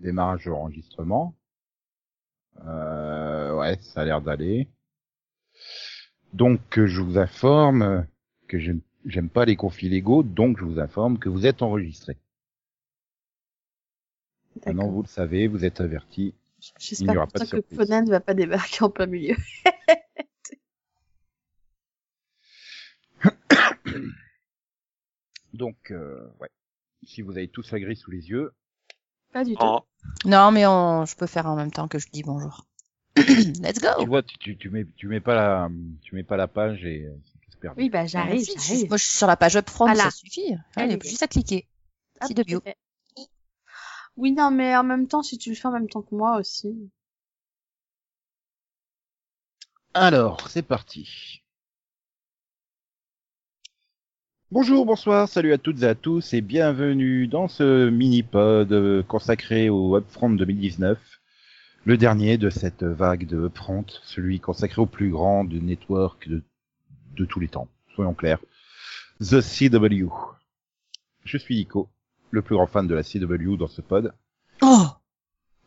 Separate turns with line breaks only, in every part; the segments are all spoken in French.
Démarrage enregistrement. Euh, ouais, ça a l'air d'aller. Donc, euh, je vous informe que j'aime j'aime pas les conflits légaux, donc je vous informe que vous êtes enregistré. Maintenant,
D'accord.
vous le savez, vous êtes averti. Ah il
J'espère
n'y aura pas de
pourtant que
surprise.
Conan ne va pas débarquer en plein milieu.
Donc, euh, ouais. Si vous avez tous la grille sous les yeux,
Pas du tout.
Ah.
En-
Non, mais on... je peux faire en même temps que je dis bonjour.
tu
Let's go
vois, tu, tu, tu mets, tu mets pas la, tu mets pas la page et euh, c'est tout perdu.
Oui, bah j'arrive,
Si, je suis-
j'arrive.
Moi, je suis sur la page up front,
Voilà.
ça suffit.
Allez.
Allez, juste à cliquer.
Ah,
Si, de bio.
parfait. Oui, non, mais en même temps, si tu le fais en même temps que moi aussi.
Alors, c'est parti. Bonjour, bonsoir, salut à toutes et à tous et bienvenue dans ce mini-pod euh, consacré au Upfront 2019, le dernier de cette vague de Upfront, celui consacré au plus grand du network de, de tous les temps, soyons clairs, The CW. Je suis Nico, le plus grand fan de la CW dans ce pod,
Oh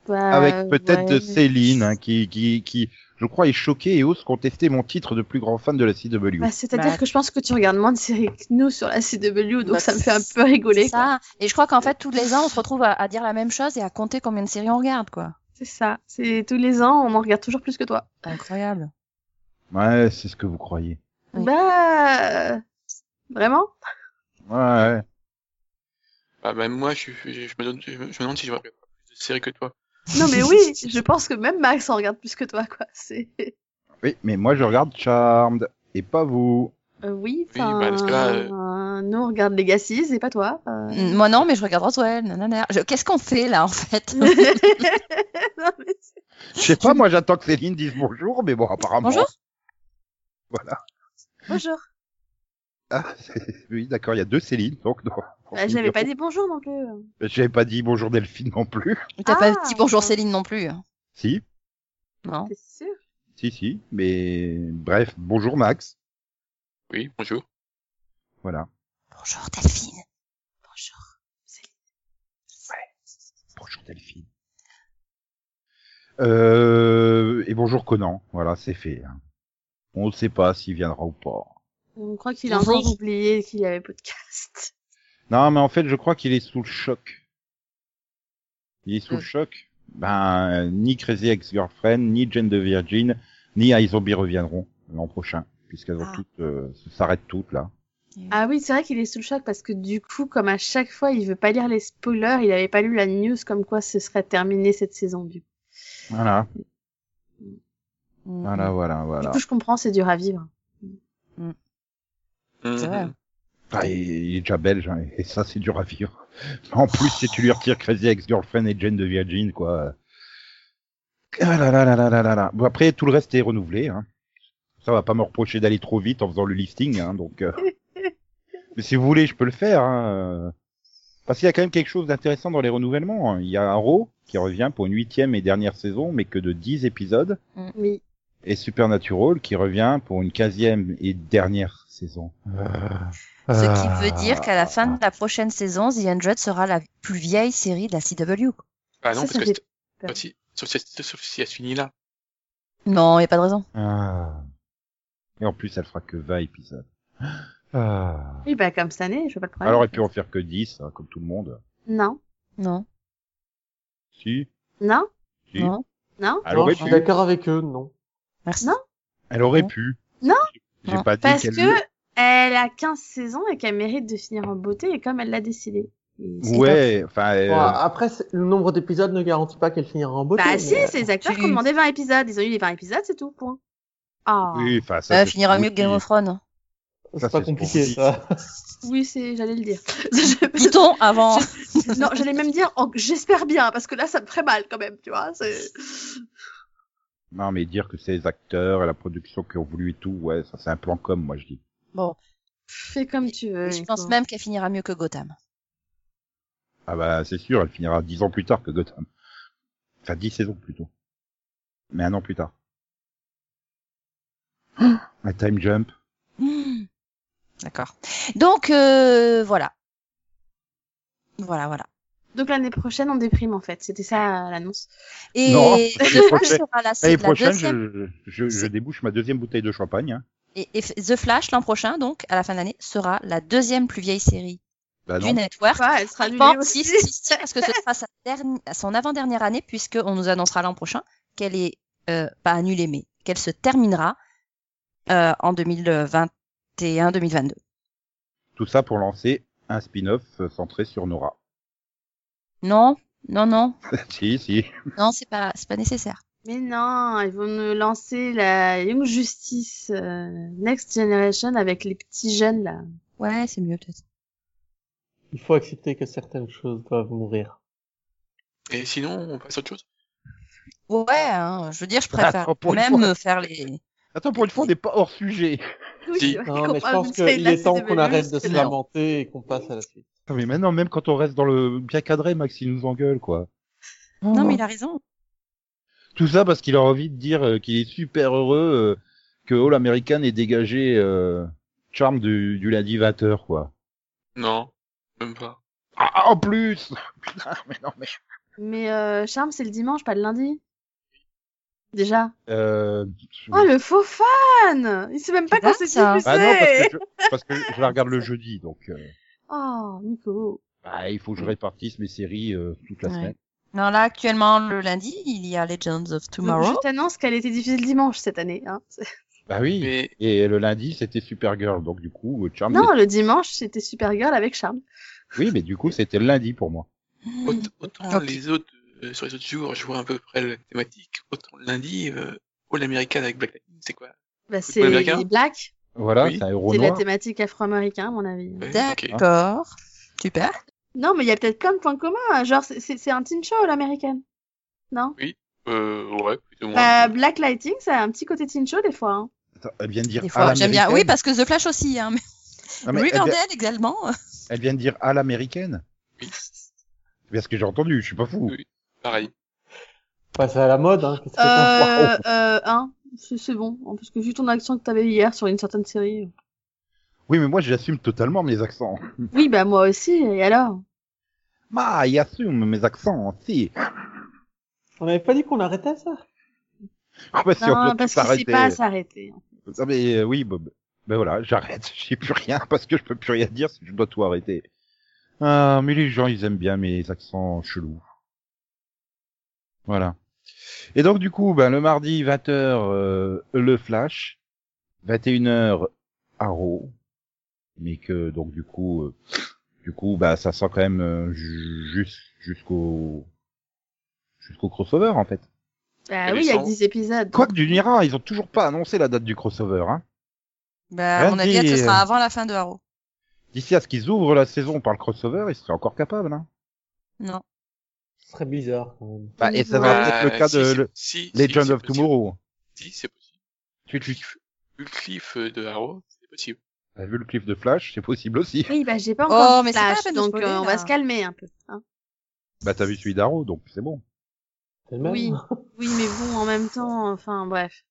Bah,
avec peut-être
ouais.
de Céline hein, qui, qui, qui, je crois, est choquée et ose contester mon titre de plus grand fan de la CW.
Bah, C'est-à-dire
Bah.
que je pense que tu regardes moins de séries que nous sur la CW, donc
Bah,
ça me fait un peu rigoler.
C'est ça. Et je crois qu'en fait, tous les ans, on se retrouve à, à dire la même chose et à compter combien de séries on regarde, quoi.
C'est ça. C'est tous les ans, on en regarde toujours plus que toi.
Incroyable.
Ouais, c'est ce que vous croyez.
Oui.
Bah, euh, vraiment
Ouais, ouais.
Bah, même moi, je, suis- je, je me donne, je, me, je me demande si je regarde plus de séries que toi.
Non, mais oui, je pense que même Max en regarde plus que toi, quoi. C'est
Oui, mais moi je regarde Charmed et pas vous.
Euh, oui.
Oui, bah, parce que là,
enfin, Nous on regarde Legacies et pas toi. euh.
Mm, Moi, non, mais je regarde Roswell. nanana. Je- Qu'est-ce qu'on fait, là, en fait
Non, mais c'est-
Je sais pas, moi j'attends que Céline dise bonjour, mais bon, apparemment.
Bonjour.
Voilà.
bonjour.
Ah, oui, d'accord, il y a deux Céline, donc non.
Bah, J'avais pas dit bonjour non plus.
J'avais pas dit bonjour Delphine non plus.
T'as pas
Ah.
dit bonjour Céline non plus. hein.
Si,
Non.
C'est sûr.
si, si, mais bref, bonjour Max.
Oui, bonjour.
Voilà.
Bonjour Delphine.
Bonjour.
Bonjour Delphine. Euh, et bonjour Conan, voilà, c'est fait. hein. On ne sait pas s'il viendra ou pas.
On croit qu'il a
Bonjour.
encore oublié qu'il y avait podcast.
Non, mais en fait, je crois qu'il est sous le choc. Il est sous le
Hmm.
choc. Ben, euh, ni Crazy Ex-Girlfriend, ni Jane de Virgin, ni iZombie reviendront l'an prochain, puisqu'elles ont
Ah.
toutes, euh, s'arrêtent toutes là.
Ah oui, c'est vrai qu'il est sous le choc parce que du coup, comme à chaque fois, il veut pas lire les spoilers, il avait pas lu la news comme quoi ce serait terminé cette saison du coup.
Voilà,
Mm.
voilà, voilà, voilà.
Du coup, je comprends, c'est dur à vivre.
C'est vrai.
Mhm.
Ah, et- il est déjà belge, hein, et ça, c'est dur à vivre. En plus, si tu lui retires Crazy Ex-Girlfriend et Jane de Virgin, quoi. Ah là là là là là là là. Bon, après, tout le reste est renouvelé, hein. Ça va pas me reprocher d'aller trop vite en faisant le listing, hein, donc. euh. Mais si vous voulez, je peux le faire, hein. euh. Parce qu'il y a quand même quelque chose d'intéressant dans les renouvellements. hein. Il y a Arrow qui revient pour une huitième et dernière saison, mais que de 10 épisodes,
Oui.
et Supernatural qui revient pour une quinzième et dernière saison.
Euh,
Ce
ah.
qui veut dire qu'à la fin de la prochaine saison, The 100 sera la plus vieille série de la CW.
Ah
Ça,
non, parce
ça
que
fait
c'est-
peur.
si- sauf, si- sauf si elle se finit là.
Non, y a pas de raison.
Ah. Et en plus, elle fera que 20 épisodes. Ah.
Oui, bah comme cette année, je vois pas le problème.
Alors, elle peut en faire que 10, hein, comme tout le monde.
Non,
Non.
Si,
non,
si.
Non.
non.
Elle aurait
je suis
pu.
d'accord avec eux, non.
Merci.
Non.
Elle aurait
Non.
pu.
Non.
J'ai
Non.
pas dit
Parce
qu'elle
que elle a 15 saisons et qu'elle mérite de finir en beauté et comme elle l'a décidé. Et-
le- Ouais, enfin, euh,
Bon, après, c'est- le nombre d'épisodes ne garantit pas qu'elle finira en beauté.
Bah
mais,
si,
euh,
c'est les acteurs
tu-
qui ont demandé 20 épisodes, ils ont eu les 20 épisodes, c'est tout, point. Ah.
oui, enfin, ça.
Ça
c'est-
finira
oui,
mieux que Game of Thrones. hein.
ça,
c'est
c'est
pas
ce qu'on
compliqué,
dit.
ça.
Oui, c'est, j'allais le dire.
Dit-on avant.
non, j'allais même dire, oh, j'espère bien, parce que là, ça me ferait mal quand même, tu vois. c'est-
Non, mais dire que c'est les acteurs et la production qui ont voulu et tout, ouais, ça c'est un plan com, moi je dis.
Bon,
Fais comme tu veux.
je
Nico.
pense même qu'elle finira mieux que Gotham.
Ah bah, c'est sûr, elle finira 10 ans plus tard que Gotham. Enfin, 10 saisons plutôt. Mais un an plus tard.
Ah
Un time jump.
Hmm. D'accord. Donc euh, voilà. Voilà, voilà.
Donc l'année prochaine, on déprime en fait. C'était ça euh, l'annonce.
Et
Non,
l'année
l'année prochaine-
sera la, c'est
L'année
la
prochaine,
deuxième-
je, je, je
c'est-
débouche ma deuxième bouteille de champagne. Hein.
Et, et The Flash, l'an prochain, donc, à la fin de l'année, sera la deuxième plus vieille série
Bah
du
non.
network.
Quoi, elle sera
Je
annulée
pense,
aussi.
si, si, si, parce que ce sera sa derni- son avant-dernière année, puisqu'on nous annoncera l'an prochain qu'elle est euh, pas annulée, mais qu'elle se terminera euh, en 2021-2022.
Tout ça pour lancer un spin-off euh, centré sur Nora.
Non, non, non,
si, si.
non, c'est pas, c'est pas nécessaire.
Mais non, ils vont nous lancer la Young Justice euh, Next Generation avec les petits jeunes là.
Ouais, c'est mieux peut-être.
Il faut accepter que certaines choses doivent mourir.
Et sinon, on passe à autre chose
Ouais, hein, je veux dire, je préfère
Attends, pour une
même
fois.
euh, faire les.
Attends, pour une fois, on n'est pas hors sujet.
Si.
ouais,
Non,
qu'on
mais je
parle
pense
d'une série
qu'il
de la
est temps
CW
qu'on arrête de
jusque
se
là.
lamenter et qu'on passe à la suite.
Non, mais maintenant, même quand on reste dans le bien cadré, Max, il nous engueule, quoi.
Non, mais il a raison.
Tout ça parce qu'il a envie de dire euh, qu'il est super heureux euh, que All American ait dégagé euh, Charm du, du lundi 20h, quoi.
Non, même pas.
Ah, en plus Putain, mais non, mais...
Mais euh, Charme, c'est le dimanche, pas le lundi. Déjà.
Euh...
Oh, le faux fan Il sait même pas
C'est
quand
dingue,
c'est
ça.
diffusé
Bah
Ah
non, parce que, je, parce que je la regarde le jeudi, donc... euh,
Oh, Nico.
bah, il faut que je répartisse mes séries euh, toute la
Ouais.
semaine.
Non, là, actuellement, le lundi, il y a Legends of
Donc,
Tomorrow.
je t'annonce qu'elle était diffusée le dimanche cette année. Hein.
Bah oui
Mais
Et le lundi, c'était Supergirl, donc du coup, euh,
Ah,
Charm...
Non, le dimanche, c'était Supergirl avec Charme.
Oui, mais du coup, c'était le lundi pour moi.
Hmm.
aut- autant
Ok.
les autres, euh, sur les autres jours, je vois à peu près la thématique, autant le lundi, euh, All American avec Black Lightning, c'est quoi
Bah,
Football
c'est
américain
les Black.
Voilà,
Oui.
c'est un
Oh
héros
C'est la
noir.
thématique afro-américain, à mon avis.
Ouais, ok.
D'accord. Super.
Non, mais il y a peut-être plein de points communs. hein. Genre, c'est- c'est c'est un teen show, l'américaine. Non
Euh, ouais, plus ou moins.
bah, Black Lighting, ça a un petit côté teen show, des fois. hein.
Attends, Elle vient de dire
Des
à
fois, j'aime bien. Oui,
l'américaine.
parce que The Flash aussi. Hein, mais...
Non, mais elle, vient-
Riverdale également.
elle vient de dire à l'américaine.
Oui,
C'est bien ce que j'ai entendu, je suis pas fou.
Oui. pareil.
Enfin, c'est à la mode, hein. Qu'est-ce que t'en
Euh,
penses
euh, hein, c'est c'est bon. Parce que vu ton accent que t'avais hier sur une certaine série. euh.
Oui, mais moi, j'assume totalement mes accents.
Oui, bah moi aussi, et alors
Ma, il assume mes accents, si.
On n'avait pas dit qu'on arrêtait ça
Ah, bah, si on
Non,
peut
parce
tous
que c'est
arrêter.
pas à s'arrêter.
Ah, mais euh, oui, Bob. Ben voilà, j'arrête. J'ai plus rien parce que je peux plus rien dire si je dois tout arrêter. Ah, mais les gens, ils aiment bien mes accents chelous. Voilà. Et donc, du coup, ben, le mardi, 20h, euh, le Flash. 21h, Arrow. Mais que, donc, du coup, euh, du coup, bah, ça sent quand même euh, ju- jus- jusqu'au, jusqu'au crossover, en fait.
Bah
Et
oui,
les
il y a
gens
que 10 épisodes.
Quoique du Nira, ils ont toujours pas annoncé la date du crossover, hein.
Bah, à mon avis,
Lundi,
ce
euh,
sera avant la fin de Arrow.
D'ici à ce qu'ils ouvrent la saison par le crossover, ils seraient encore capables. Hein.
Non.
Ce serait bizarre, quand même.
Bah, et ça va
Ouais.
peut-être le cas
Euh, si,
de
c'est-
le-
si, si,
Legend
c'est
of
possible.
Tomorrow.
Si, c'est possible.
Tu, tu,
Vu le cliff de Arrow, c'est possible.
t'as vu le clip de Flash, c'est possible aussi.
Oui, bah j'ai pas
Oh,
encore
mais c'est pas la
Flash,
peine de
donc
spoiler,
euh, on
là.
va se calmer un peu. hein.
Bah t'as vu celui d'Arrow, donc c'est bon.
C'est le même.
Oui. Oui, mais bon, en même temps, enfin bref.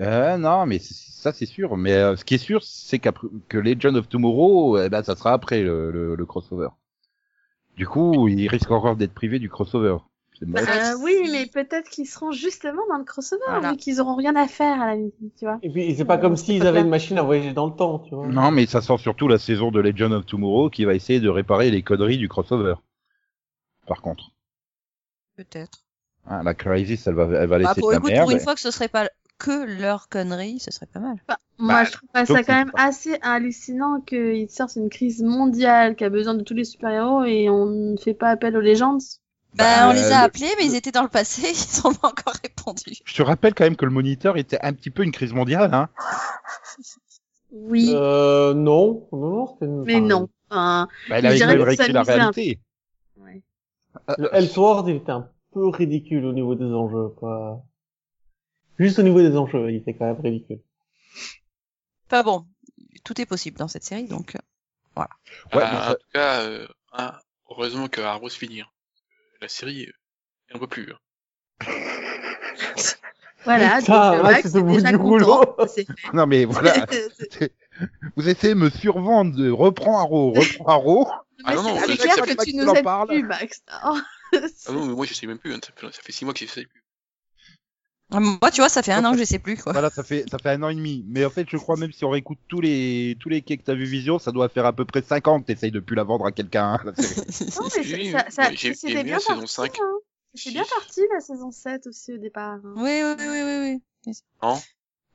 Euh, non, mais c'est- ça c'est sûr. Mais euh, ce qui est sûr, c'est qu'après que Legend of Tomorrow, eh ben ça sera après le, le, le crossover. Du coup, ils risquent encore d'être privés du crossover. C'est moche.
Euh, oui, mais peut-être qu'ils seront justement dans le crossover,
Voilà.
vu qu'ils auront rien à faire à la limite, tu vois.
Et puis, c'est pas comme s'ils
pas
avaient
clair.
une machine à voyager dans le temps, tu vois.
Non, mais ça sent surtout la saison de Legend of Tomorrow qui va essayer de réparer les conneries du crossover. Par contre,
Peut-être.
hein, la Crisis, elle va, elle va
Bah,
laisser
pour,
de la
écoute,
merde.
pour une fois que ce serait pas que leur connerie, ce serait pas mal.
Moi, je trouve pas
donc,
ça quand
Bah, c'est
même assez hallucinant qu'ils sortent une crise mondiale qui a besoin de tous les super-héros et on ne fait pas appel aux légendes.
Bah,
Bah,
on les
le-
a appelés, mais ils étaient dans le passé, ils ont pas encore répondu.
Je te rappelle quand même que le moniteur était un petit peu une crise mondiale, hein.
Oui,
Euh, non. Non, non, c'était une...
mais
enfin,
non. Enfin,
Bah, elle
Je
avait quand
dirais
même
que ça
réécrit la
nous fait un-
réalité.
ouais.
Le Elseworld, il était un peu ridicule au niveau des enjeux, quoi. Juste au niveau des enjeux, il était quand même ridicule.
Enfin bon, tout est possible dans cette série, donc. euh,
Ouais,
Ah,
mais
En
ça-
tout cas, euh, hein, heureusement que Arrow se finit. hein. Euh, La série, euh, elle en peut plus. hein.
Voilà, donc
Putain,
euh,
là,
Max
c'est au
est
bout
déjà
du
content.
rouleau.
C'est fait.
Ah
Non mais voilà,
bah,
C'est- c'est-
c'est- Vous essayez de me survendre de reprends Arrow, reprends Arrow.
Ah non, non,
c'est
c'est
clair
ça
que
que tu
Max
nous
en
aimes
parle.
plus, Max. Oh, c'est-
Ah non, mais moi je sais même plus, hein, ça fait- ça fait six mois que je sais plus.
euh, Moi, tu vois, ça fait un an que je sais plus, quoi.
Voilà, ça fait ça fait un an et demi. Mais en fait, je crois même si on réécoute tous les tous les quais que t'as vu Vision, ça doit faire à peu près 5 ans que t'essayes de plus la vendre à quelqu'un. hein, la série.
non, mais
Oui,
ça, ça,
oui, j'ai-
ça-
j'ai
c'était
aimé
bien
la saison
parti.
cinq.
hein. C'était bien
Si.
parti la saison 7 aussi au départ. hein.
Oui, oui, oui, oui, oui.
Hein
Non.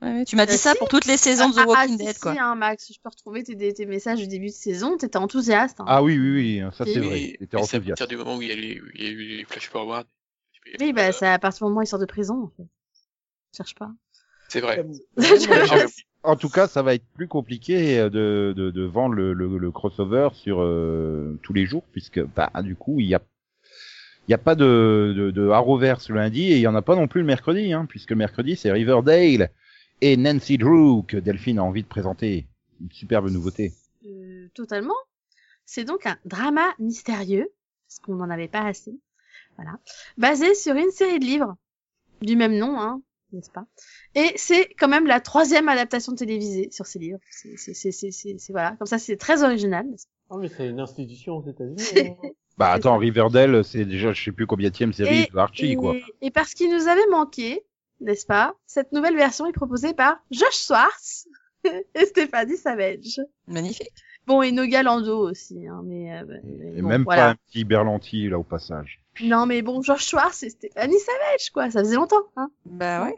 Ouais, ouais, Tu m'as
Bah
dit ça
si.
pour toutes les saisons de The
Ah, ah,
Walking
si,
Dead,
si,
quoi.
hein, Max, je peux retrouver tes, tes messages du début de saison. T'étais enthousiaste. hein.
Ah oui, oui, oui, ça c'est
Mais-
vrai.
mais
C'était
c'est à
enthousiaste.
partir du moment où il y a eu, il y a eu les flash forward. Euh,
oui, bah, c'est à partir du moment où il sort de prison. En fait. Cherche pas.
C'est vrai. euh,
J'avais-
En tout cas, ça va être plus compliqué euh, de, de, de vendre le, le, le crossover sur euh, tous les jours, puisque bah, du coup, il y a, il y a pas de, de, de Arrowverse le lundi et il y en a pas non plus le mercredi, hein, puisque le mercredi, c'est Riverdale et Nancy Drew que Delphine a envie de présenter. Une superbe nouveauté.
Euh, totalement. C'est donc un drama mystérieux, parce qu'on n'en avait pas assez. Voilà. Basé sur une série de livres du même nom, hein, n'est-ce pas Et c'est quand même la troisième adaptation télévisée sur ces livres. C'est c'est- c'est- c'est- c'est- c'est- voilà. Comme ça, c'est très original. n'est-ce pas
Ah, mais c'est une institution aux États-Unis. hein.
Bah attends, Riverdale, c'est déjà je sais plus combienième série
Et-
de Archie, quoi.
et, et parce qu'il nous avait manqué, n'est-ce pas Cette nouvelle version est proposée par Josh Schwartz et Stéphanie Savage.
Magnifique.
Bon, et Noga Lando aussi, hein, mais, euh,
Et
bon,
même
voilà.
pas un petit Berlanti là au passage.
Non, mais bon, George Schwartz et Stéphanie Savage, quoi. Ça faisait longtemps, hein.
Bah ouais.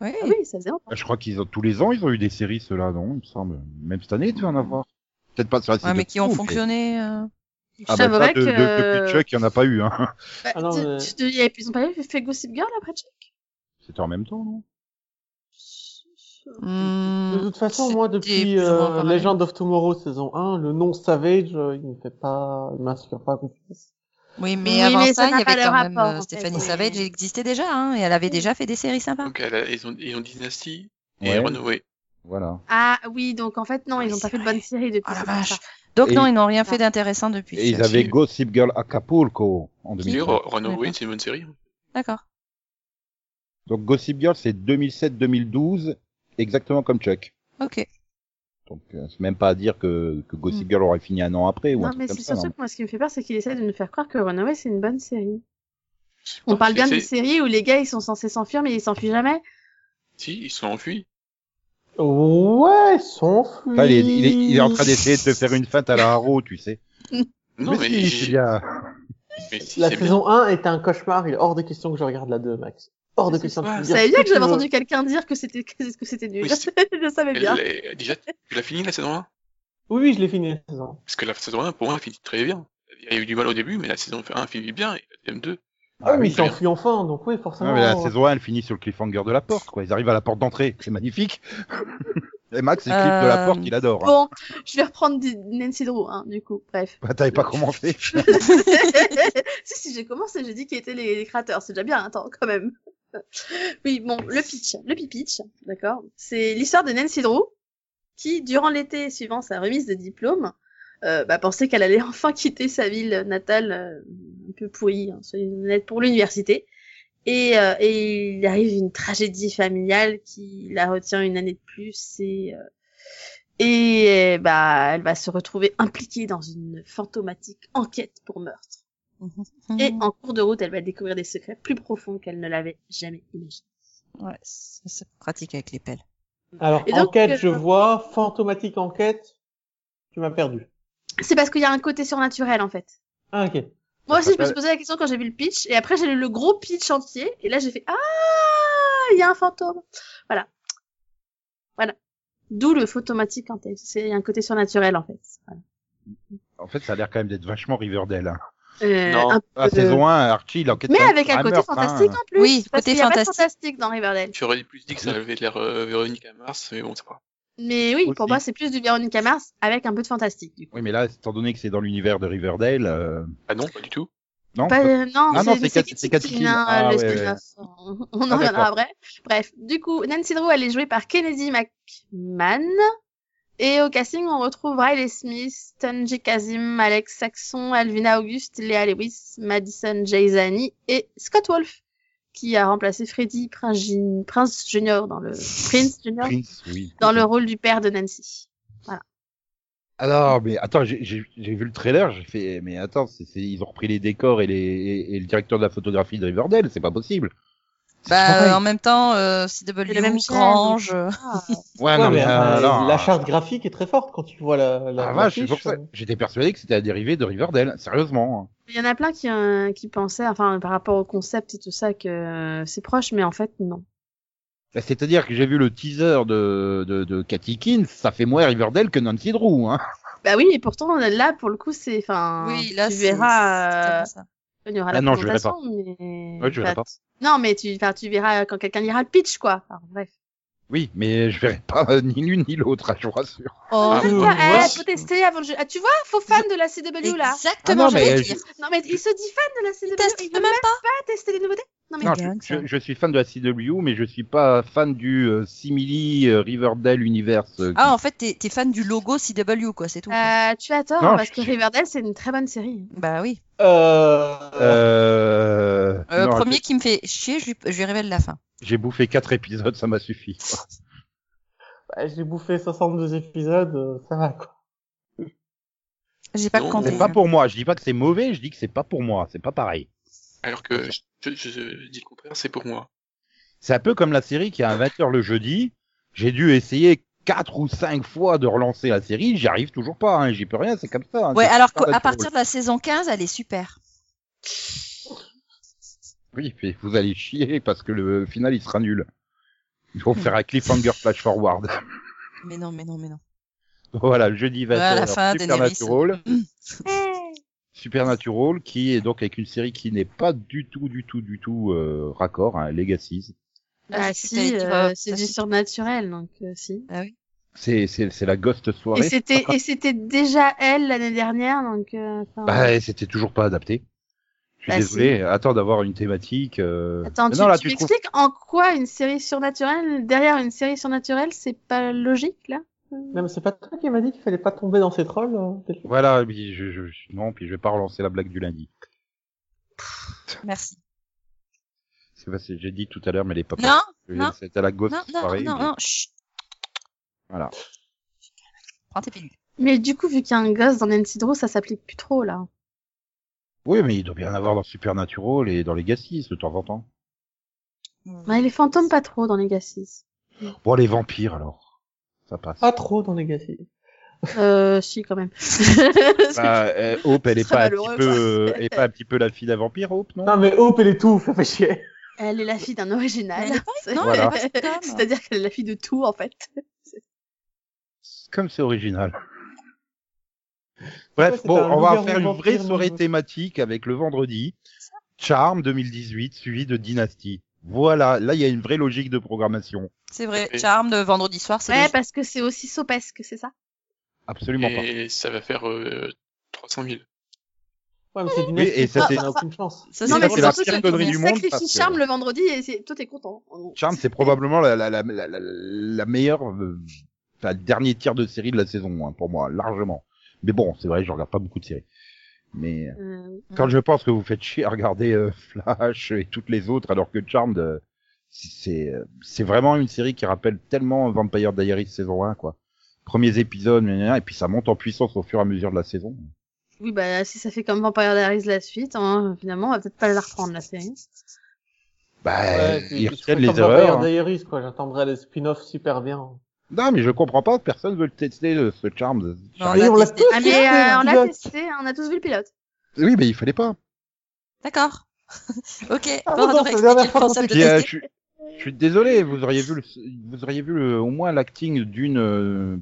Ouais.
Ah oui, ça faisait longtemps.
Bah, Je crois qu'ils ont tous les ans, ils ont eu des séries ceux-là, non Il me semble. Même cette année, tu vas en avoir. Peut-être pas sur la
Ouais, mais qui ont
fonctionné
fonctionné. euh,
Ah
Je
bah
t'avouerais
ça, de, de,
que-
depuis Chuck, il n'y en a pas eu. Hein.
Bah,
Ah non,
tu-
mais-
tu te dis, ils ont pas fait- fait Gossip Girl après Chuck
C'était en même temps, non
De
hmm,
toute façon, moi, depuis
plus ou moins
euh,
pareil.
Legend of Tomorrow saison 1, le nom Savage, euh, il ne fait pas, il m'inspire pas confiance.
Oui,
Oui,
mais avant
mais ça
ça, il y
n'a pas
avait
le
quand même
rapport,
euh,
en
Stéphanie
fait.
Savage, elle existait déjà, hein, et elle avait déjà fait des séries sympas.
Donc elle a- ils, ont, ils ont Dynasty et
Ouais.
Runaway.
Voilà.
Ah oui, donc en fait, non,
Ah,
ils ont
c'est
pas fait de
vrai.
bonne série depuis.
Oh la
c'est pour
vache.
ça.
Donc
Et-
non, ils n'ont rien fait d'intéressant depuis.
Et ils
ça,
avaient
c'est-
Gossip Girl Acapulco en
D'ailleurs,
2007.
Runaway, c'est une bonne série. hein.
D'accord.
Donc Gossip Girl, c'est 2007-2012, exactement comme Chuck.
Ok.
Donc euh, c'est même pas à dire que, que Gossip Girl aurait fini un an après ou un
Non,
truc
mais
comme
c'est
ça. hein.
surtout
non.
que moi, ce qui me fait peur, c'est qu'il essaie de nous faire croire que Runaway, c'est une bonne série. On parle bien d'une
de
série où les gars, ils sont censés s'enfuir, mais ils s'enfuient jamais.
Si, ils sont enfuis.
Ouais, ils sont fous.
Ah, il, est, il, est, il est en train d'essayer de te faire une feinte à la Haro, tu sais. Ah
Non, mais,
si, c'est bien.
mais si,
La
c'est bien.
saison 1 était un cauchemar, il est hors de question que je regarde la 2, Max. Hors de question. que
quoi
tu
Vous
me
savez
dises
bien
ce
que j'avais
tu veux.
entendu quelqu'un dire que c'était que c'était nul.
Oui, c'est-
Je savais
Elle-
bien.
elle- déjà, tu l'as fini la saison 1
Oui, oui, je l'ai fini la saison.
Parce que la saison 1, pour moi, elle finit très bien. Il y a eu du mal au début, mais la saison 1 finit bien et la saison 2.
Ah, mais
oui,
il s'enfuit enfin, donc oui, forcément.
Non, mais la saison 1, elle finit sur le cliffhanger de la porte, quoi. Ils arrivent à la porte d'entrée, c'est magnifique. Et Max, il clip de la
Euh,
porte, il adore. hein.
Bon, je vais reprendre du- Nancy Drew, hein, du coup. Bref.
Bah, t'avais pas commencé.
si, si, j'ai commencé, j'ai dit qui étaient les, les créateurs. C'est déjà bien, attends, quand même. oui, bon, le pitch, le pitch, d'accord C'est l'histoire de Nancy Drew, qui, durant l'été suivant sa remise de diplôme, euh, bah, pensait qu'elle allait enfin quitter sa ville natale, euh, un peu pourrie, hein, soyons honnêtes, pour l'université. Et, euh, et il arrive une tragédie familiale qui la retient une année de plus et euh, et bah, elle va se retrouver impliquée dans une fantomatique enquête pour meurtre. Et
Hmm. Mm.
en cours de route, elle va découvrir des secrets plus profonds qu'elle ne l'avait jamais imaginés.
Ouais, ça, c'est pratique avec les pelles.
Alors,
Et donc,
enquête,
euh,
je vois. Fantomatique enquête. Tu m'as perdu.
C'est parce qu'il y a un côté surnaturel, en fait.
Ah, ok.
Moi aussi, je me
s'appelle-
suis posé la question quand j'ai vu le pitch, et après, j'ai lu le gros pitch entier, et là, j'ai fait Ah, il y a un fantôme. Voilà. Voilà. D'où le fantomatique en tête. C'est il y a un côté surnaturel, en fait. Voilà.
En fait, ça a l'air quand même d'être vachement Riverdale. Hein.
Euh,
Non,
un
Ah,
peu de-
saison 1, Archie, il enquête
Mais
quand même
avec
sur
un côté
meurtre, hein.
fantastique en plus.
Oui,
parce
côté
qu'il y a pas de
fantastique.
fantastique dans Riverdale.
J'aurais plus dit que ça avait l'air euh, Véronica Mars, mais bon, c'est pas.
Mais oui, pour
Aussi.
moi, c'est plus du Véronica Mars avec un peu de fantastique, du coup.
Oui, mais là, étant donné que c'est dans l'univers de Riverdale, euh,
Ah non, pas du tout.
non.
Pas-
ça-
euh, non,
Ah non, c'est Cat- c'est
c'est
Cathy
Cathy
Kill.
Kill, hein,
Ah,
le
ouais, ouais.
spin-off. On, on en
Ah,
reviendra
d'accord.
après. Bref, du coup, Nancy Drew, elle est jouée par Kennedy McMahon. Et au casting, on retrouve Riley Smith, Tanji Kazim, Alex Saxon, Alvina Auguste, Léa Lewis, Madison Jaisani et Scott Wolf, qui a remplacé Freddy Prince, Jun- Prince Junior dans le Prince Junior
Prince, oui.
dans le rôle du père de Nancy.
Alors, mais attends, j'ai j'ai- j'ai vu le trailer, j'ai fait, mais attends, c'est c'est- ils ont repris les décors et, les, et, et le directeur de la photographie de Riverdale, c'est pas possible. C'est
Bah,
pareil.
euh, en même temps, euh,
C'est
CW,
la même chaîne.
Grange. euh,
ouais,
Ouais,
non, mais,
mais,
euh,
euh,
alors,
la charte graphique est très forte quand tu vois la, la
ah, vache, c'est pour
l'affiche,
ça.
euh.
J'étais persuadé que c'était un dérivé de Riverdale, sérieusement. hein.
Il y en a plein qui, euh, qui pensaient, enfin, par rapport au concept et tout ça, que euh, c'est proche, mais en fait, non.
Bah, C'est-à-dire que j'ai vu le teaser de, de, de Cathy Kins, ça fait moins Riverdale que Nancy Drew, hein.
Bah oui, et pourtant, là, pour le coup, c'est, enfin,
oui, là,
tu
c'est- c'est
verras, euh,
tellement ça.
il y aura
Ah
la
non, je verrai
présentation, mais...
Ouais, je verrai
enfin, Non, mais tu, enfin, tu verras quand quelqu'un lira le pitch, quoi. Enfin, bref.
Oui, mais je verrai pas euh, ni l'une ni l'autre, hein, je vous rassure.
Oh,
Ah,
Arrête
oui,
pas,
oui,
eh,
ouais.
faut tester avant le jeu. Ah, tu vois, faux fan de la CW, là.
Ah
Exactement,
non,
je
mais
vais
je-
dire.
Non, mais il se dit fan de la CW,
Ils
il,
testent
veut
même
même
pas.
pas tester les nouveautés. Non, mais
Non,
dingue,
je,
ça.
je, je suis fan de la CW, mais je suis pas fan du euh, simili euh, Riverdale universe. euh,
Ah, en fait, t'es es fan du logo CW, quoi, c'est tout. quoi.
euh, tu as tort,
Non,
parce
je-
que Riverdale, c'est une très bonne série.
Bah oui.
Euh,
Euh...
Euh,
non,
premier qui me fait chier, je lui, je lui révèle la fin.
j'ai- J'ai bouffé quatre épisodes, ça m'a suffi.
bah, J'ai bouffé 62 épisodes, euh, ça va quoi.
J'ai pas
Non,
compté.
C'est pas pour moi. Je dis pas que c'est mauvais, je dis que c'est pas pour moi. C'est pas pareil.
Alors que je, je- je- je dis le contraire, c'est pour moi.
C'est un peu comme la série qui est à 20h le jeudi. J'ai dû essayer quatre ou cinq fois de relancer la série. J'y arrive toujours pas. Hein. J'y peux rien. C'est comme ça. hein.
Ouais,
C'est
alors
pas
qu'à
naturel.
partir de la saison 15, elle est super.
Oui, mais vous allez chier parce que le final il sera nul. Il faut faire un cliffhanger flash forward.
Mais non, mais non, mais non.
voilà, le jeudi 20h.
Ouais, à la fin, Daenerys.
Supernatural. Supernatural, qui est donc avec une série qui n'est pas du tout, du tout, du tout euh, raccord, hein, Legacies.
Ah,
Bah
j'ai cru que t'allais
si,
dire,
euh,
euh,
c'est
la
du
suite.
surnaturel, donc euh, si.
Bah
C'est, c'est, c'est la ghost
Et
soirée.
c'était et c'était déjà elle l'année dernière, donc. euh, enfin,
Bah, et c'était toujours pas adapté. Je suis
Bah,
désolé. Attends d'avoir une thématique. euh,
Attends,
mais
tu,
non, là,
tu
tu trouves-
m'expliques en quoi une série surnaturelle derrière une série surnaturelle, c'est pas logique là
Non, mais c'est pas toi qui m'a dit qu'il fallait pas tomber dans ces trolls. euh, peut-être
Voilà, puis je, je, je- non, puis je vais pas relancer la blague du lundi.
Merci.
C'est parce que j'ai dit tout à l'heure, mais elle est pas.
Non,
possible.
non,
C'était la ghost
non, non,
soirée.
non,
mais-
non, chut.
Voilà.
Prends tes pilules.
Mais du coup, vu qu'il y a un gosse dans Nancy Drew, ça s'applique plus trop là.
Oui, mais il doit bien y en avoir dans Supernatural et dans Legacies de temps en temps.
Ouais, Bah, les fantômes pas trop dans Legacy.
Bon, les vampires alors, ça passe.
Oh,
Pas trop dans Legacy.
Euh, si quand même.
Bah, euh, Hope, elle
Ce
est
serait
pas un
malheureux,
petit peu, elle est pas un petit peu la fille d'un vampire, Hope, non
Non, mais Hope, elle est tout, ça fait chier.
Elle est la fille d'un
Mais
original.
elle est
C'est-
Non,
Voilà.
elle est pas sitcom.
C'est-à-dire qu'elle est la fille de tout en fait.
Comme c'est original. Bref,
c'est
bon,
un
on va en
loup-garou
faire une
vampire,
vraie
non,
soirée
je-
thématique avec le vendredi. Charme 2018, suivi de Dynasty. Voilà, là il y a une vraie logique de programmation.
C'est vrai,
Et-
Charme de vendredi soir, c'est
Ouais,
logique.
parce que c'est aussi sopesque, c'est ça
Absolument pas.
Et ça va faire euh, 300 000.
Ouais, mais c'est du
Oui, et
Netflix,
ça,
ça
c'est-
n'a aucune chance.
Ça,
Non, mais
pour
c'est
ça
la
que
pire
je te
connerie
dis.
du monde,
sacrifie
parce que-
Charme le vendredi et c'est- toi t'es content.
Charme, c'est probablement la, la, la, la, la- la meilleure, euh, enfin, le dernier tiers de série de la saison, hein, pour moi, largement. Mais bon, c'est vrai, je regarde pas beaucoup de séries. Mais euh,
Euh,
quand je pense que vous faites chier à regarder euh, Flash et toutes les autres, alors que Charmed, euh, c'est euh, c'est vraiment une série qui rappelle tellement Vampire Diaries saison 1, quoi. Premiers épisodes, gna, gna, gna, et puis ça monte en puissance au fur et à mesure de la saison.
oui, bah si ça fait comme Vampire Diaries la suite, hein, finalement on va peut-être pas la reprendre la série.
Bah,
Ouais,
ils
tu- tu
retiennent
fais
les
comme Vampire
erreurs. hein.
Diaries, quoi. J'attendrai les spin-offs super bien.
Non, mais je comprends pas, personne veut le tester, euh, ce Charmed.
Non,
Et
l'a
on l'a
testé.
tous
Ah
testé,
mais euh, on
le
l'a
pilote.
testé, on a tous vu le pilote.
Oui, mais il fallait pas.
D'accord. ok,
Ah,
on
non,
devrait
c'est la
expliquer
dernière
le
fois qu'on
concept de
Puis, euh, je,
tester.
suis- je suis désolé, vous auriez vu, le, vous auriez vu euh, au moins l'acting d'une euh,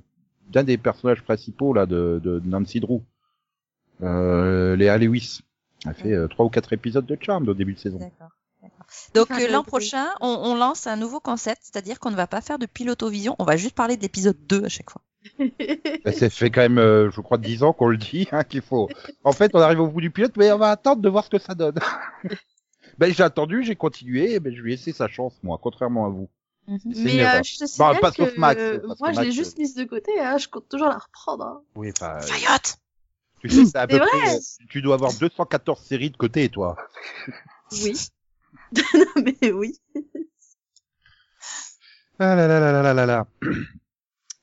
d'un des personnages principaux là de, de Nancy Drew, euh, Léa Lewis. Elle fait euh, trois ou quatre épisodes de Charmed au début de saison.
D'accord. d'accord. Donc
Enfin,
euh, l'an
je-
prochain, on, on lance un nouveau concept, c'est-à-dire qu'on ne va pas faire de pilotovision, on va juste parler de l'épisode 2 à chaque fois.
Et Ça fait quand même, euh, je crois, dix ans qu'on le dit hein, qu'il faut. En fait, on arrive au bout du pilote, mais on va attendre de voir ce que ça donne. ben j'ai attendu, j'ai continué, mais je lui ai laissé sa chance, moi, contrairement à vous. C'est une
mais euh,
erreur.
je te signale
pas sauf
que
Max,
euh,
parce que
moi je l'ai
Max,
juste mise de côté, hein, je compte toujours la reprendre. hein.
Oui, enfin, euh,
Fayotte
tu sais, c'est à peu
C'est vrai.
près, euh, tu dois avoir 214 séries de côté, toi.
Oui. non mais oui.
Ah là là là là là là là.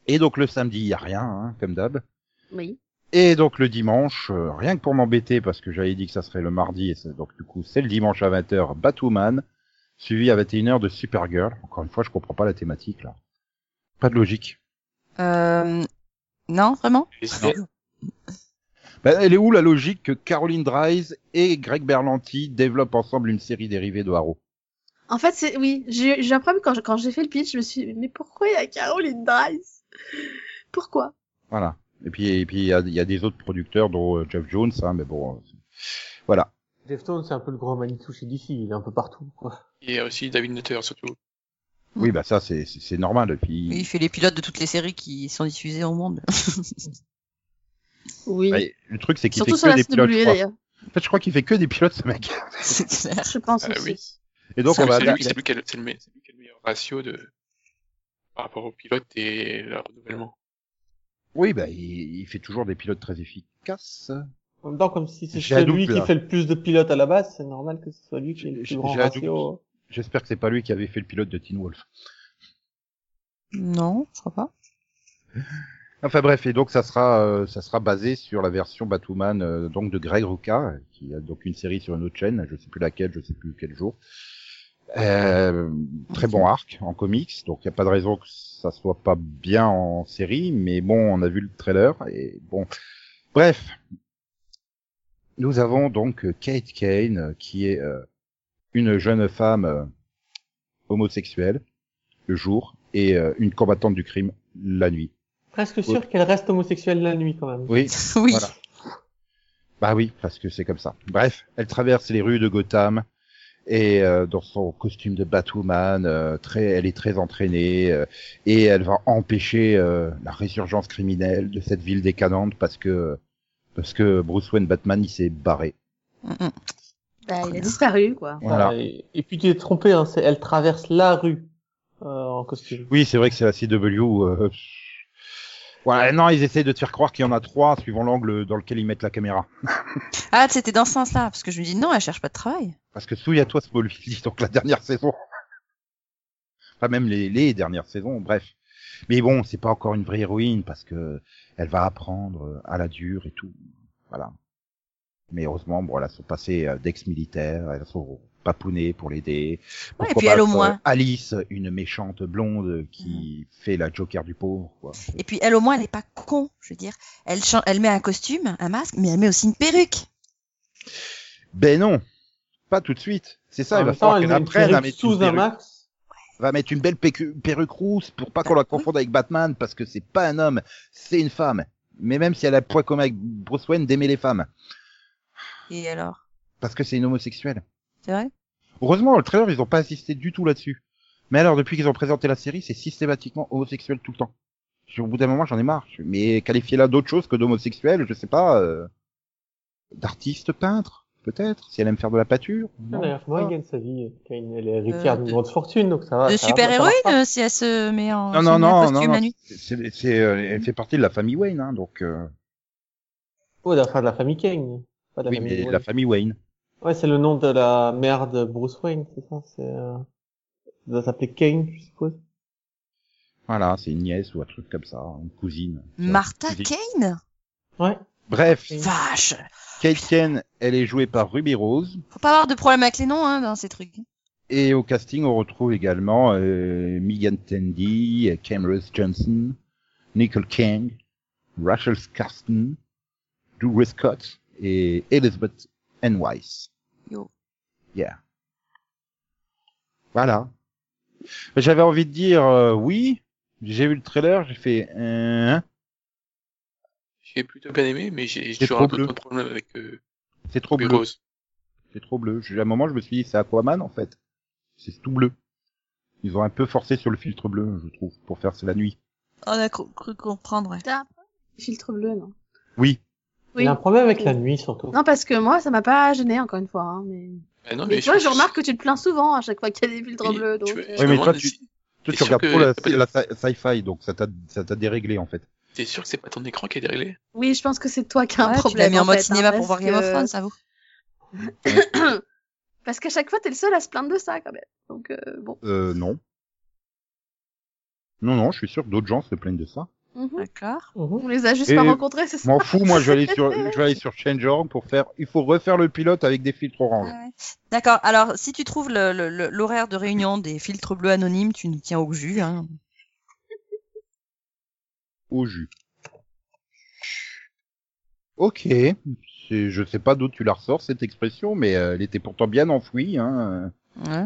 Et donc le samedi, il y a rien, hein, comme d'hab.
Oui.
Et donc le dimanche, euh, rien que pour m'embêter parce que j'avais dit que ça serait le mardi, et c'est- donc du coup c'est le dimanche à 20h, Batwoman, suivi à 21h de Supergirl. Encore une fois, je comprends pas la thématique là. Pas de logique.
Euh, non, vraiment
Et c'est-
Ben, elle est où la logique que Caroline Dries et Greg Berlanti développent ensemble une série dérivée de Arrow
En fait, c'est oui, j'ai j'ai un problème quand je- quand j'ai fait le pitch, je me suis dit, mais pourquoi il y a Caroline Dries Pourquoi
Voilà. Et puis et puis il y a, il y a des autres producteurs dont euh, Jeff Jones, hein, mais bon, euh, voilà.
Jeff Stone, c'est un peu le grand Manitou chez DC, il est un peu partout. Quoi.
Il y a aussi David Nutter, surtout.
Oui, bah ça c'est c'est c'est normal. Et puis
Il fait les pilotes de toutes les séries qui sont diffusées au monde.
Oui.
Ouais, Bah, le truc c'est qu'il fait
Surtout sur
que
la
des pilotes. je
CW
crois.
d'ailleurs.
En fait, je crois qu'il fait que des pilotes ce mec.
C'est clair.
Je pense
Euh,
Ah,
aussi.
oui.
Et donc
Ça,
on va
c'est
là-
lui, c'est lui qui a le, c'est le me- c'est lui qui a le meilleur ratio de... par rapport au pilote et le renouvellement.
Oui, bah, il, il fait toujours des pilotes très efficaces.
En même temps, comme si c'est
J'ai un
celui
doute,
qui
là.
fait le plus de pilotes à la base, c'est normal que ce soit lui qui ait le
J'ai-
plus grand
j'ai un
ratio.
J'espère que c'est pas lui qui avait fait le pilote de Teen Wolf.
Non, je crois pas.
Enfin bref, et donc ça sera, euh, ça sera basé sur la version Batwoman euh, donc de Greg Rucka, qui a donc une série sur une autre chaîne, je sais plus laquelle, je sais plus quel jour. Euh, très bon arc en comics, donc il y a pas de raison que ça soit pas bien en série, mais bon, on a vu le trailer et bon, bref. Nous avons donc euh, Kate Kane euh, qui est euh, une jeune femme euh, homosexuelle le jour et euh, une combattante du crime la nuit.
Presque sûr qu'elle reste homosexuelle la nuit quand même.
Oui,
oui.
Voilà. bah oui, parce que c'est comme ça. Bref, elle traverse les rues de Gotham et euh, dans son costume de Batwoman, euh, très, elle est très entraînée euh, et elle va empêcher euh, la résurgence criminelle de cette ville décadente parce que parce que Bruce Wayne Batman il s'est barré.
Mm, mm.
Bah, il a disparu quoi.
Voilà.
Enfin, et, et puis tu es trompé, hein, c'est- elle traverse la rue euh, en costume.
Oui, c'est vrai que c'est la CW. euh, Voilà, non, ils essaient de te faire croire qu'il y en a trois suivant l'angle dans lequel ils mettent la caméra.
Ah, c'était dans ce sens-là, parce que je me dis non, elle cherche pas de travail.
Parce que souviens-toi Smallville, donc la dernière saison. Pas même les, les dernières saisons, bref. Mais bon, c'est pas encore une vraie héroïne parce que elle va apprendre euh, à la dure et tout. Voilà. Mais heureusement, bon, elle a son passé euh, d'ex-militaire, elle a son papounet pour l'aider. pour
Ouais, et puis elle, au
combattre,
moins.
euh, Alice, une méchante blonde qui fait la Joker du pauvre, quoi.
Et puis elle, au moins, elle est pas con, je veux dire. Elle, chan- elle met un costume, un masque, mais elle met aussi une perruque.
Ben non! Pas tout de suite. C'est ça,
En
il va
même temps,
falloir
elle
qu'elle
met une
apprenne à
perruque
mettre une
sous un
perruque.
max.
va mettre une belle pécu- perruque rousse pour pas qu'on la confonde avec Batman parce que c'est pas un homme, c'est une femme. Mais même si elle a le point commun avec Bruce Wayne d'aimer les femmes
Et alors
parce que c'est une homosexuelle.
C'est vrai
Heureusement, le trailer, ils ont pas insisté du tout là-dessus. Mais alors, depuis qu'ils ont présenté la série, c'est systématiquement homosexuel tout le temps. Je- Au bout d'un moment, j'en ai marre. Je- Mais qualifier-la d'autre chose que d'homosexuel, je sais pas, euh, d'artiste peintre, peut-être, si elle aime faire de la peinture.
Non,
non.
D'ailleurs, comment elle gagne sa vie Kane, Elle est héritière
Euh,
d'une
de-
grande fortune, donc
Ah,
ça va.
De
ça va, ça va
super-héroïne,
pas.
euh, si elle se met en
Non,
se
non,
met en
non,
costume
non,
la
non.
nuit.
C'est, c'est, euh, elle fait partie de la famille Wayne, hein, donc. euh,
Oh, de la- enfin, de la famille Kane. Pas de la
oui,
famille
mais
Wayne.
la famille Wayne.
Ouais, c'est le nom de la mère de Bruce Wayne, c'est ça C'est. Euh... Ça doit s'appeler Kane, je suppose.
Voilà, c'est une nièce ou un truc comme ça, une cousine.
Martha
Euh, Vas-y.
Kane
Ouais.
Bref,
Vache
Kate Kane, elle est jouée par Ruby Rose.
Faut pas avoir de problème avec les noms hein, dans ces trucs.
Et au casting, on retrouve également euh, Megan Tandy, euh, Cameron Johnson, Nicole King, Rachel Carsten, Drew Scott et Elizabeth N. Weiss.
Yo.
Yeah. Voilà. J'avais envie de dire euh, oui. J'ai vu le trailer, j'ai fait... Euh,
J'ai plutôt bien aimé, mais j'ai j'ai
C'est
toujours
trop
un peu
bleu.
de problème avec euh,
c'est trop
Ruby
bleu.
Rose.
C'est trop bleu. J'ai- À un moment, je me suis dit, c'est Aquaman, en fait. C'est tout bleu. Ils ont un peu forcé sur le filtre bleu, je trouve, pour faire c'est la nuit.
On a cru, cru comprendre, ouais.
Filtre bleu non.
Oui.
Il y
Oui.
a un problème avec la nuit, surtout.
Non parce que moi ça m'a pas gêné encore une fois hein, mais
Bah non,
mais
mais
toi je
pense-
remarque que tu te plains souvent à chaque fois qu'il y a des filtres
Oui,
bleus donc
je me-
euh,
je me
mais toi,
demande
tu-
si-
Toi,
C'est
tu
sûr
regardes
que
trop la,
t'as pas de-
la sci- sci-fi, donc ça t'a, ça t'a déréglé, en fait.
T'es sûr que c'est pas ton écran qui est déréglé
oui je pense que c'est toi qui as un
Ouais, tu
problème
l'as mis en mode
fait, hein,
cinéma
parce
pour voir Game of
que-
Thrones, ça vous
parce qu'à chaque fois t'es le seul à se plaindre de ça quand même donc euh, bon
Euh, non. Non, non, je suis sûr que d'autres gens se plaignent de ça.
Mhm.
D'accord.
Mhm.
On les a juste
Et
pas rencontrés, c'est ça
M'en fous, moi, je vais aller sur, je vais aller sur Change.org pour faire, il faut refaire le pilote avec des filtres
Ah
orange.
ouais. D'accord. Alors, si tu trouves le- le- le- l'horaire de réunion des filtres bleus anonymes, tu nous tiens au jus. Hein.
au jus. Ok, c'est- je sais pas d'où tu la ressors cette expression, mais euh, elle était pourtant bien enfouie. Hein.
Ouais.